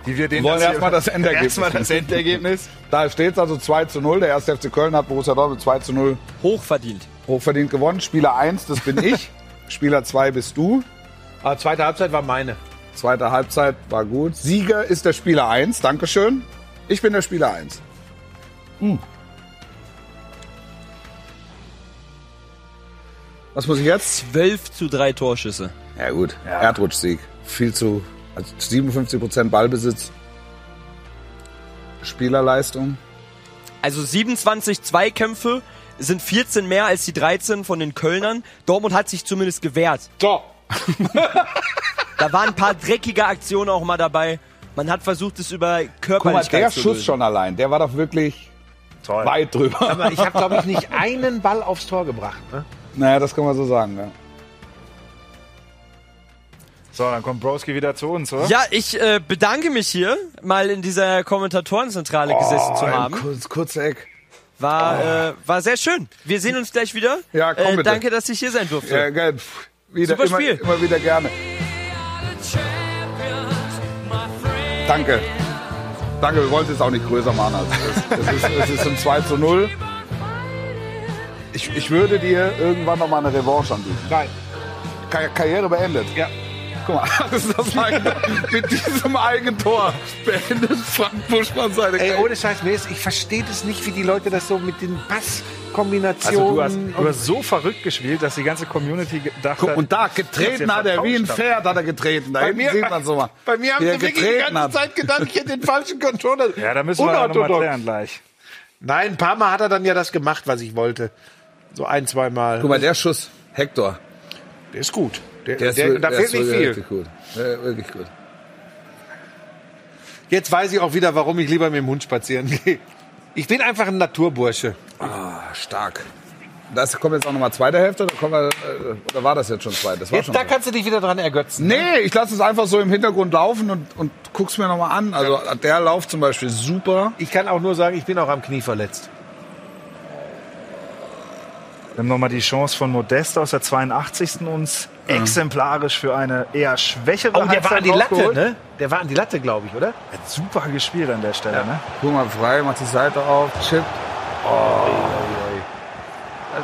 G: Wie wir den
A: Wir wollen
G: jetzt hier-
A: erstmal das Endergebnis.
G: Erstmal das
A: Endergebnis. Da steht es also 2 zu 0. Der 1. FC Köln hat Borussia Dortmund 2 zu 0
C: Hochverdient.
A: hochverdient gewonnen. Spieler 1, das bin ich. Spieler 2 bist du.
B: Aber Ah, zweite Halbzeit war meine.
A: Zweite Halbzeit war gut. Sieger ist der Spieler 1. Dankeschön. Ich bin der Spieler Hm. 1. Was muss ich jetzt?
C: 12 zu 3 Torschüsse.
A: Ja gut, Erdrutschsieg. Viel zu, also 57% Ballbesitz. Spielerleistung.
F: Also 27 Zweikämpfe sind 14 mehr als die 13 von den Kölnern. Dortmund hat sich zumindest gewehrt.
B: So.
F: Da waren ein paar dreckige Aktionen auch mal dabei. Man hat versucht, es über
A: Guck mal, der
F: Körperlichkeit zu
A: Schuss
F: lösen.
A: schon allein, der war doch wirklich
G: Toll.
A: weit drüber.
B: Aber ich habe, glaube ich, nicht einen Ball aufs Tor gebracht. Ne?
A: Naja, das kann man so sagen, ja.
G: So, dann kommt Broski wieder zu uns, oder?
F: Ja, ich äh, bedanke mich hier, mal in dieser Kommentatorenzentrale gesessen zu haben.
A: Kurz, kurz Eck.
F: War, äh, war sehr schön. Wir sehen uns gleich wieder.
A: Ja, komm
F: äh,
A: bitte.
F: Danke, dass ich hier sein durfte.
A: Ja, Äh, geil. Pff, Wieder,
F: Super
A: immer,
F: Spiel.
A: immer wieder gerne. Danke. Danke, wir wollten es auch nicht größer machen als es ist. Es ist, es ist ein 2 zu 0. Ich, ich würde dir irgendwann noch mal eine Revanche anbieten.
B: Nein.
A: Ka Karriere beendet.
B: Ja.
A: Guck mal, das ist das eigene, mit diesem Eigentor beendet Frank Buschmann seine
B: Ey,
A: Karriere.
B: ohne Scheiß, mir ist- ich verstehe das nicht, wie die Leute das so mit den
G: Also du hast,
B: Passkombinationen.
G: du hast so verrückt gespielt, dass die ganze Community gedacht
A: Guck,
G: hat.
A: und da getreten hat er wie ein Pferd, hat er getreten. Da hinten sieht man so mal.
B: bei mir haben
A: wie er
B: sie wirklich die ganze
A: hat.
B: Zeit gedacht, ich hätte den falschen Controller.
G: Ja, da müssen wir noch mal
B: Unorthodox.
G: klären gleich.
B: Nein, ein paar Mal hat er dann ja das gemacht, was ich wollte. So ein, zwei Mal.
A: Guck mal, der Schuss, Hector.
B: Der ist gut. Der,
A: Der ist,
B: der,
A: wir-
B: da
A: der
B: fehlt
A: ist
B: nicht
A: wirklich
B: viel.
A: Gut. Ja, wirklich gut.
B: Jetzt weiß ich auch wieder, warum ich lieber mit dem Hund spazieren gehe. Ich bin einfach ein Naturbursche.
A: Ah, stark. Das kommt jetzt auch nochmal zweite Hälfte, oder, kommen wir, äh, oder war das jetzt schon zweite? Das war
B: Jetzt,
A: schon
B: da
A: zweite.
B: kannst du dich wieder dran ergötzen. ne?
A: Nee, ich lasse es einfach so im Hintergrund laufen und, und guck's mir nochmal an. Also der Lauf zum Beispiel super.
B: Ich kann auch nur sagen, ich bin auch am Knie verletzt.
G: Wir haben nochmal die Chance von Modeste aus der 82. uns exemplarisch für eine eher
B: Oh,
G: schwächere
A: Oh,
G: rausgeholt.
A: ne?
B: ne? Der war an die Latte, glaube ich, oder?
G: Hat super gespielt an der Stelle, ne?
A: Guck mal frei, macht die Seite auf, chippt.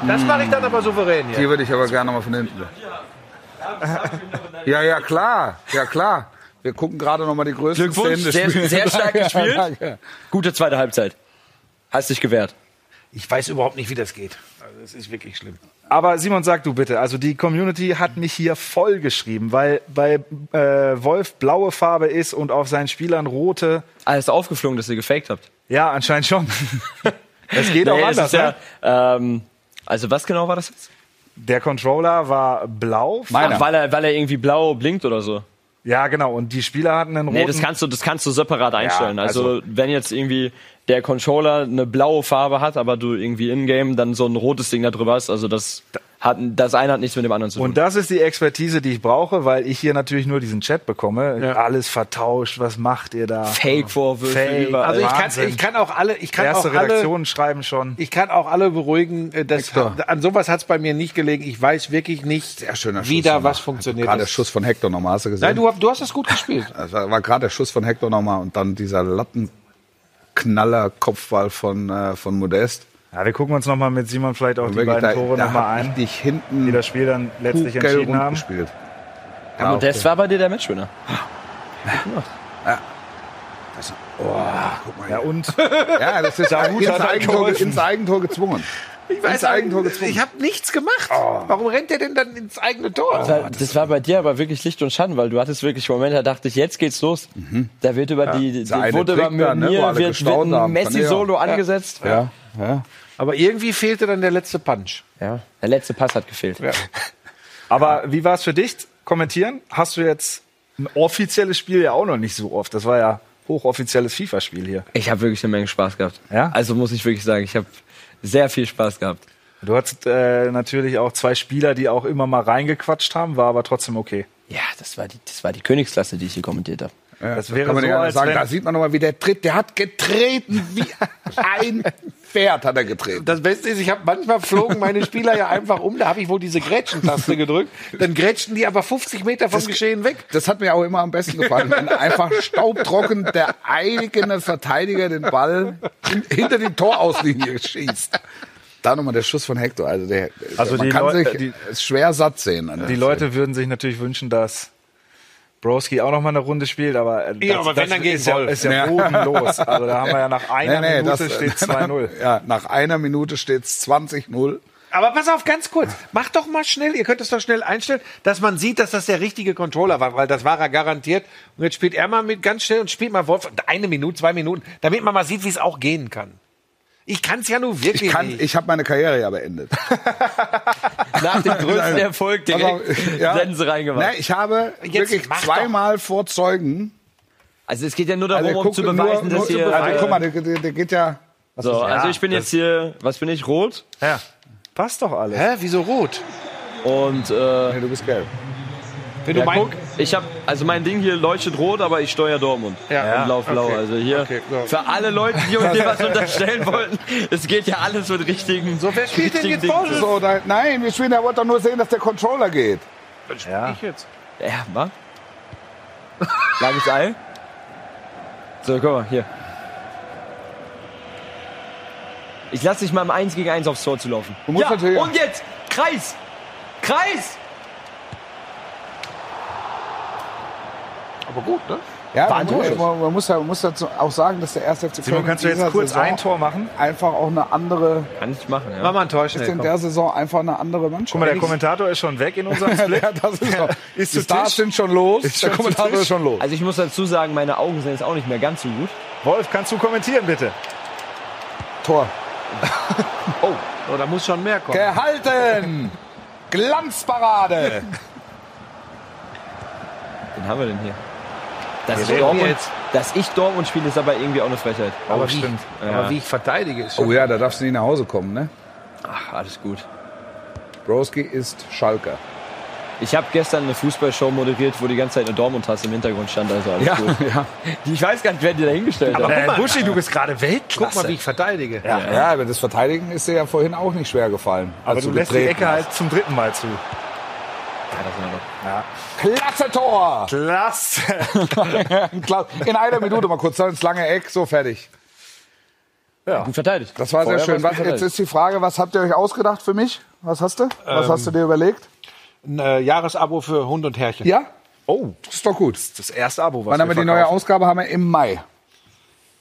B: Das mache ich dann aber souverän hier.
A: Die würde ich aber gerne nochmal von hinten. Ja, ja, klar. Ja, klar. Wir gucken gerade nochmal die größten
F: Glückwunsch,
A: Szenen des
F: sehr-
A: Spiels.
F: sehr stark gespielt.
A: Danke.
F: Gute zweite Halbzeit. Hast dich gewehrt.
B: Ich weiß überhaupt nicht, wie das geht. Also, das ist wirklich schlimm.
G: Aber Simon, sag du bitte, also die Community hat mich hier voll geschrieben, weil bei äh, Wolf blaue Farbe ist und auf seinen Spielern rote.
F: Alles Ah, aufgeflogen, dass ihr gefaked habt.
G: Ja, anscheinend schon. Es geht auch
F: es
G: anders.
F: ist ja,
G: ne?
F: ähm, also was genau war das jetzt?
G: Der Controller war blau.
A: Meiner.
F: Ach, weil er, weil er irgendwie blau blinkt oder so.
G: Ja, genau. Und die Spieler hatten einen roten.
F: Nee, das kannst du, das kannst du separat einstellen. also,
G: also-
F: wenn jetzt irgendwie der Controller eine blaue Farbe hat, aber du irgendwie in-game dann so ein rotes Ding da drüber hast, also das hat, das eine hat nichts mit dem anderen zu tun.
G: Und das ist die Expertise, die ich brauche, weil ich hier natürlich nur diesen Chat bekomme. Alles vertauscht, was macht ihr da?
F: Fake-Vorwürfe
G: Fake.
F: überall.
B: Also ich kann,
G: Wahnsinn.
B: ich kann auch alle, ich kann
G: Erste
B: auch alle
G: Redaktionen schreiben schon.
B: Ich kann auch alle beruhigen, äh, dass an sowas hat es bei mir nicht gelegen. Ich weiß wirklich nicht,
A: Sehr schöner Schuss
B: wieder
A: nochmal.
B: was funktioniert.
A: Gerade der
B: ist.
A: Schuss von Hector nochmal, hast du gesehen?
B: Nein, du, du hast es gut gespielt.
A: Das Also war, war gerade der Schuss von Hector nochmal und dann dieser Lattenknaller-Kopfball von, äh, von Modest.
G: Ja, wir gucken uns nochmal mit Simon vielleicht auch die
A: Wirklich,
G: beiden
A: da,
G: Tore
A: da
G: nochmal
A: hat
G: ein,
A: Richtig hinten
G: die das Spiel dann letztlich
A: Kugel
G: entschieden
A: rund
G: haben.
A: gespielt.
F: ja, und das war bei dir der Matchwinner.
G: Ja, und
A: Ja, das ist ins,
G: hat halt
A: Eigentor,
G: geholfen.
A: ins Eigentor gezwungen.
B: Ich
A: weiß auch nicht,
B: Ich habe nichts gemacht. Warum rennt der denn dann ins eigene Tor?
F: Da- das, war bei dir aber wirklich Licht und Schatten, weil du hattest wirklich Momente, da dachte ich, jetzt geht's los. Da wird über die,
A: dieser eine
F: wurde
A: Trick
F: über
A: da, ne, wo
F: Mir,
A: alle
F: wird,
A: gestaunt
F: wird ein
A: haben.
F: Messi-Solo angesetzt. Ja.
A: Ja, ja.
B: Aber irgendwie fehlte dann der letzte Punch.
F: Der letzte Pass hat gefehlt.
G: aber wie war es für dich? Kommentieren? Hast du jetzt ein offizielles Spiel ja auch noch nicht so oft. Das war ja hochoffizielles FIFA-Spiel hier.
F: Ich habe wirklich eine Menge Spaß gehabt.
G: Ja?
F: Also muss ich wirklich sagen, ich habe sehr viel Spaß gehabt.
G: Du hattest äh, natürlich auch zwei Spieler, die auch immer mal reingequatscht haben, war aber trotzdem okay.
F: Ja, das war die, das war die Königsklasse, die ich hier kommentiert habe.
G: das
A: Kann man
G: so,
A: ja
G: als
A: sagen,
G: wenn-
A: da sieht man nochmal, wie der tritt. Der hat getreten wie ein Pferd hat er getreten.
B: Das Beste ist, ich habe manchmal flogen meine Spieler ja einfach um. Da habe ich wohl diese Grätschentaste gedrückt. Dann grätschten die aber 50 Meter vom Geschehen weg.
A: Das hat mir auch immer am besten gefallen, wenn einfach staubtrocken der eigene Verteidiger den Ball hin- hinter die Torauslinie schießt. Da nochmal der Schuss von Hector. Also, der,
G: Also
A: man
G: die
A: kann
G: Leute-
A: sich
G: die-
A: schwer satt sehen. An der
G: Die Leute würden sich natürlich wünschen, dass Broski auch noch mal eine Runde spielt, aber äh, das,
B: Ja, aber wenn, dann gegen
G: ist, ja,
B: Wolf.
G: ist ja bodenlos. Also da haben wir ja nach einer Minute steht 2-0.
A: Ja, nach einer Minute steht es 20-0.
B: Aber pass auf, ganz kurz. Mach doch mal schnell, ihr könnt es doch schnell einstellen, dass man sieht, dass das der richtige Controller war, weil das war er garantiert. Und jetzt spielt er mal mit ganz schnell und spielt mal Wolf. Eine Minute, zwei Minuten, damit man mal sieht, wie es auch gehen kann. Ich kann es ja nur wirklich
A: Ich, kann,
B: nicht.
A: ich habe meine Karriere ja beendet.
F: Nach dem größten Erfolg direkt
A: Aber, Also, ja.
F: Sense reingemacht.
A: Nee, ich habe
B: Jetzt
A: wirklich
B: mach doch.
A: zweimal vor Zeugen.
F: Also es geht ja nur darum, um
A: guck
F: zu beweisen,
A: nur,
F: dass
A: nur,
F: ihr...
A: Also guck mal, der, der, der geht ja.
F: so, also ich bin jetzt hier, was bin ich, rot?
G: Ja. Passt doch alles.
B: Hä, wieso rot?
F: Und äh,
A: Nee, du bist gelb.
B: Wenn
F: ja,
B: du mein,
F: guck, ich habe, also mein Ding hier leuchtet rot, aber ich steuere Dortmund.
B: Ja,
F: und lauf blau.
B: okay.
F: Also hier,
B: Okay, so.
F: für alle Leute, die uns hier was unterstellen wollten, es geht ja alles mit richtigen So,
B: wer spielt denn jetzt Ball?
A: So, da, nein, wir spielen, er wollte doch nur sehen, dass der Controller geht.
G: Ja.
F: Ja, was? Langes Ei. So, guck mal, hier. Ich lasse dich mal im 1 gegen 1 aufs Tor zu laufen.
A: Du musst
F: ja,
A: natürlich-
F: und jetzt! Kreis! Kreis!
B: aber gut, ne?
A: Ja,
F: War
A: man
F: ein
A: muss,
F: Torschuss.
A: man, man muss, ja- man muss dazu auch sagen, dass der erste FC Köln
G: Simon, kannst du
A: in
G: jetzt
A: dieser
G: kurz
A: Saison
G: ein Tor machen?
A: einfach auch eine andere,
F: Kann ich machen, ja.
B: Mach mal ein Tor schnell.
A: ist in
B: komm.
A: der Saison einfach eine andere Mannschaft.
G: Guck mal, der Kommentator ist schon weg in unserem Split.
A: ja, das ist, so.
G: Ist
A: die
G: zu
A: Stars
G: Tisch.
A: sind schon los,
G: Ist
A: der
G: schon zu
A: Kommentator
G: Tisch.
A: ist schon los.
F: Also ich muss dazu sagen, meine Augen sind jetzt auch nicht mehr ganz so gut.
G: Wolf, kannst du kommentieren, bitte?
A: Tor.
B: Oh, so, da muss schon mehr kommen.
A: Gehalten! Glanzparade!
F: Den haben wir denn hier. Dass,
B: reden
F: ich Dortmund,
B: jetzt.
F: dass ich Dortmund spiele, ist aber irgendwie auch eine Frechheit.
G: Aber stimmt.
B: Aber wie ich verteidige, ist schon
A: Oh ja, da darfst du nicht nach Hause kommen, ne?
F: Ach, alles gut.
A: Broski ist Schalker.
F: Ich habe gestern eine Fußballshow moderiert, wo die ganze Zeit eine Dortmund-Tasse im Hintergrund stand. Also alles gut.
A: ja.
F: Die- Ich weiß gar nicht, wer die da hingestellt hat.
G: Äh, Buschi, du bist gerade Weltklasse.
B: Guck mal, wie ich verteidige.
A: Ja, ja, aber das Verteidigen ist dir ja vorhin auch nicht schwer gefallen.
G: Aber
A: als
G: du lässt die
A: getreten
G: Ecke halt zum dritten Mal zu.
A: hast. Klasse Tor!
G: Klasse.
A: Klar, In einer Minute mal kurz ins lange Eck, so fertig.
F: Gut verteidigt.
A: Das war sehr
F: Vorher
A: schön.
F: war's
A: Was,
F: gut
A: jetzt
F: verteidigt.
A: ist die Frage, was habt ihr euch ausgedacht für mich? Was hast du? Was hast du dir überlegt?
B: Ein äh, Jahresabo für Hund und Herrchen.
A: Ja?
G: Oh,
A: Das ist doch gut.
G: das erste Abo, was
A: Wann haben wir die neue Ausgabe? Haben wir im Mai.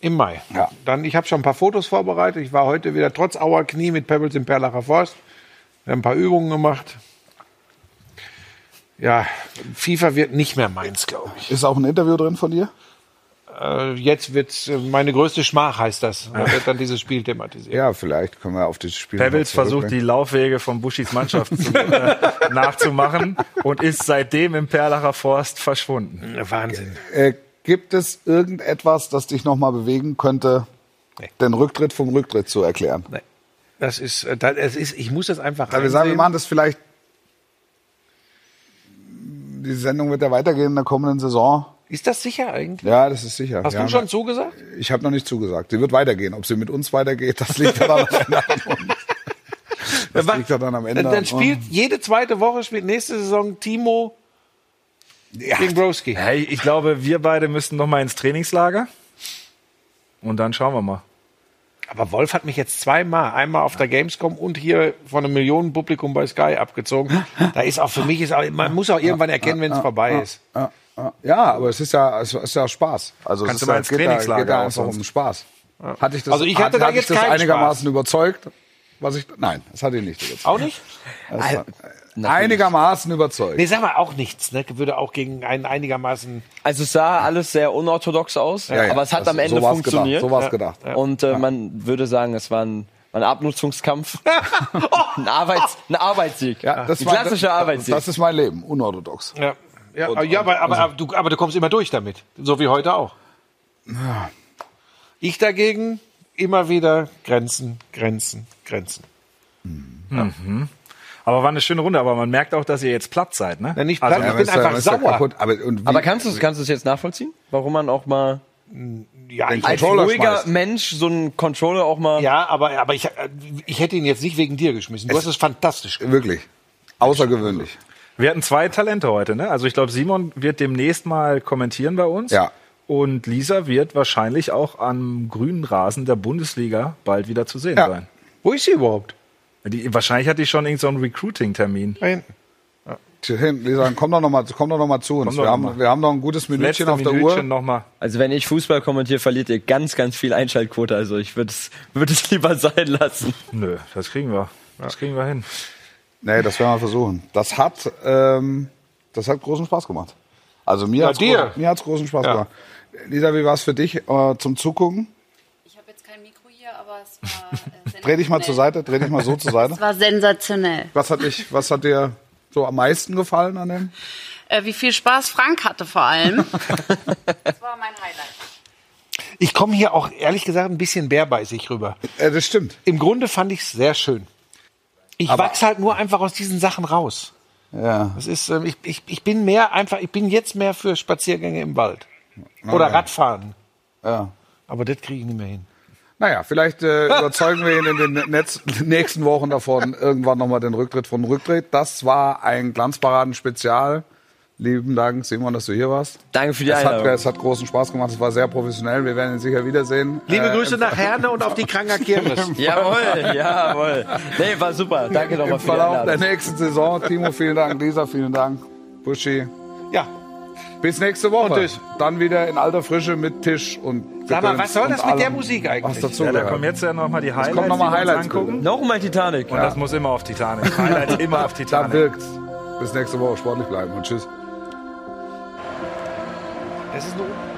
B: Im Mai.
A: Ja.
B: Dann, ich habe schon ein paar Fotos vorbereitet. Ich war heute wieder trotz Auer Knie mit Pebbles im Perlacher Forst. Wir haben ein paar Übungen gemacht. Ja, FIFA wird nicht mehr meins, glaube ich.
A: Ist auch ein Interview drin von dir?
B: Äh, jetzt wird's äh, meine größte Schmach, heißt das. Da wird dann dieses Spiel thematisiert.
A: Ja, vielleicht können wir auf das Spiel.
G: Pebbles versucht, die Laufwege von Buschis Mannschaft zu, äh, nachzumachen und ist seitdem im Perlacher Forst verschwunden.
B: Wahnsinn.
A: Äh, gibt es irgendetwas, das dich nochmal bewegen könnte,
B: Nee.
A: den Rücktritt vom Rücktritt zu erklären?
B: Nee. Das ist, äh, da- es ist, ich muss das einfach.
A: Weil wir sagen, wir
B: einsehen.
A: machen das vielleicht. Die Sendung wird ja weitergehen in der kommenden Saison.
B: Ist das sicher eigentlich?
A: Ja, das ist sicher.
B: Hast
A: ja,
B: du schon zugesagt?
A: Ich habe noch nicht zugesagt. Sie wird weitergehen. Ob sie mit uns weitergeht, das liegt ja dann am Ende. an uns. Das
B: Wa-
A: liegt ja dann am Ende.
B: Dann
A: an-
B: spielt jede zweite Woche spielt nächste Saison Timo
A: Ja.
B: gegen Broski.
G: Hey, ich glaube, wir beide müssten noch mal ins Trainingslager. Und dann schauen wir mal.
B: Aber Wolf hat mich jetzt zweimal, einmal auf der Gamescom und hier von einem Millionenpublikum bei Sky abgezogen. Da ist auch für mich ist auch, man muss auch irgendwann erkennen, wenn es vorbei ist.
A: Ja, ja. ja, aber es ist ja, es ist ja Spaß. Also es ist
G: Kannst du mal
A: ja-
G: ins
A: geht da,
G: Trainingslager
A: geht da
G: auch
A: einfach
G: sonst.
A: um Spaß. Hatte ich das,
B: Also ich hatte da jetzt
A: ich das
B: keinen
A: einigermaßen überzeugt, was ich nein, das hatte ich nicht überzeugt.
B: Auch nicht?
F: Ah,
A: Das
F: äh,
A: war- einigermaßen überzeugt.
B: Nee, sag mal, auch nichts. Ne? Würde auch gegen einen einigermaßen...
F: Also es sah alles sehr unorthodox aus,
A: Ja, ja,
F: aber es hat
A: das-
F: am Ende
A: so war's
F: funktioniert.
A: Gedacht, so war's gedacht.
F: Und äh, man würde sagen, es war ein, ein Abnutzungskampf. ein, Arbeits-, ein Arbeitssieg.
A: Ja, das
F: ein
A: war-
F: klassischer Arbeitssieg.
A: Das ist mein Leben, unorthodox.
B: Ja, ja, ja aber, aber, aber, du, aber du kommst immer durch damit. So wie heute auch. Ich dagegen immer wieder Grenzen, Grenzen, Grenzen.
G: Aber war eine schöne Runde, aber man merkt auch, dass ihr jetzt platt seid, ne?
B: Ja, nicht
G: Also,
B: platt,
A: Ja,
B: ich
A: ist
B: bin
A: ja-
B: einfach
A: ist ja
B: sauer.
A: kaputt. Aber, und wie,
F: aber kannst du es kannst du es jetzt nachvollziehen? Warum man auch mal
B: Ja, ich,
F: als
A: Controller
F: ruhiger
A: schmeißt.
F: Mensch so einen Controller auch mal...
B: ja aber, aber ich, äh, ich hätte ihn jetzt nicht wegen dir geschmissen. Du hast es fantastisch gemacht.
A: wirklich außergewöhnlich?
G: Wir hatten zwei Talente heute, ne? Also ich glaube, Simon wird demnächst mal kommentieren bei uns.
A: Ja.
G: Und Lisa wird wahrscheinlich auch am grünen Rasen der Bundesliga bald wieder zu sehen
A: Ja.
G: sein.
B: Wo ist sie überhaupt?
G: Die, wahrscheinlich hat die schon irgendeinen so Recruiting-Termin.
B: Da hinten.
A: Hin, Lisa, komm doch noch mal, komm doch noch mal zu uns.
G: doch
A: Wir
G: noch
A: haben,
G: mal.
A: wir haben noch ein gutes Minütchen auf der Uhr.
G: nochmal.
F: Also wenn ich Fußball kommentiere, verliert ihr ganz, ganz viel Einschaltquote. Also ich würde es, würde es lieber sein lassen.
G: Nö, das kriegen wir. Das kriegen wir hin.
A: Nee, das werden wir versuchen. Das hat, ähm, das hat großen Spaß gemacht. Also mir hat's
B: dir.
A: großen- mir hat's großen Spaß
B: Ja.
A: gemacht. Lisa, wie war es für dich äh, zum Zugucken?
H: Ich habe jetzt kein Mikro hier, aber äh,
J: das war.
A: Dreh dich mal zur Seite, dreh dich mal so zur Seite.
H: Das war sensationell.
A: Was hat, dich, was hat dir so am meisten gefallen an dem?
H: Äh, wie viel Spaß Frank hatte vor allem.
J: Das war mein Highlight.
B: Ich komme hier auch ehrlich gesagt ein bisschen bärbeißig rüber.
A: Äh, das stimmt.
B: Im Grunde fand ich es sehr schön. Ich
A: Aber-
B: wachse halt nur einfach aus diesen Sachen raus.
A: Ja.
B: Das ist, ähm, ich, ich, ich bin mehr einfach, ich bin jetzt mehr für Spaziergänge im Wald. Oder Radfahren.
A: ja.
B: Aber das kriege ich nicht mehr hin.
A: Naja, vielleicht äh, überzeugen wir ihn in den Netz nächsten Wochen davon, irgendwann nochmal den Rücktritt von Rücktritt. Das war ein Glanzparaden-Spezial. Lieben Dank, Simon, dass du hier warst.
F: Danke für die
A: es, hat,
F: Einladung.
A: es hat großen Spaß gemacht, es war sehr professionell. Wir werden ihn sicher wiedersehen.
B: Liebe
A: Äh,
B: Grüße nach Herne und auf die Kranger Kirmes.
F: Jawohl, jawohl. Nee, war super. Danke nochmal
A: Im
F: für die
A: Verlauf der
F: Einladung.
A: nächsten Saison. Timo, vielen Dank. Lisa, vielen Dank. Buschi.
B: Ja,
A: Bis nächste Woche.
B: Und Tisch.
A: Dann wieder in alter Frische mit Tisch und
B: Sag mal, was soll
A: und
B: das mit der
A: allem,
B: Musik eigentlich?
A: Was dazu
G: Ja, da
A: gehört.
G: kommen jetzt ja nochmal die Highlights,
A: kommen noch mal
G: die wir uns
A: Highlights,
G: angucken.
F: Nochmal Titanic.
G: Und das muss immer auf Titanic. Highlights immer auf
A: Da
G: Titanic.
A: wirkt's. Bis nächste Woche sportlich bleiben und tschüss.
B: das ist eine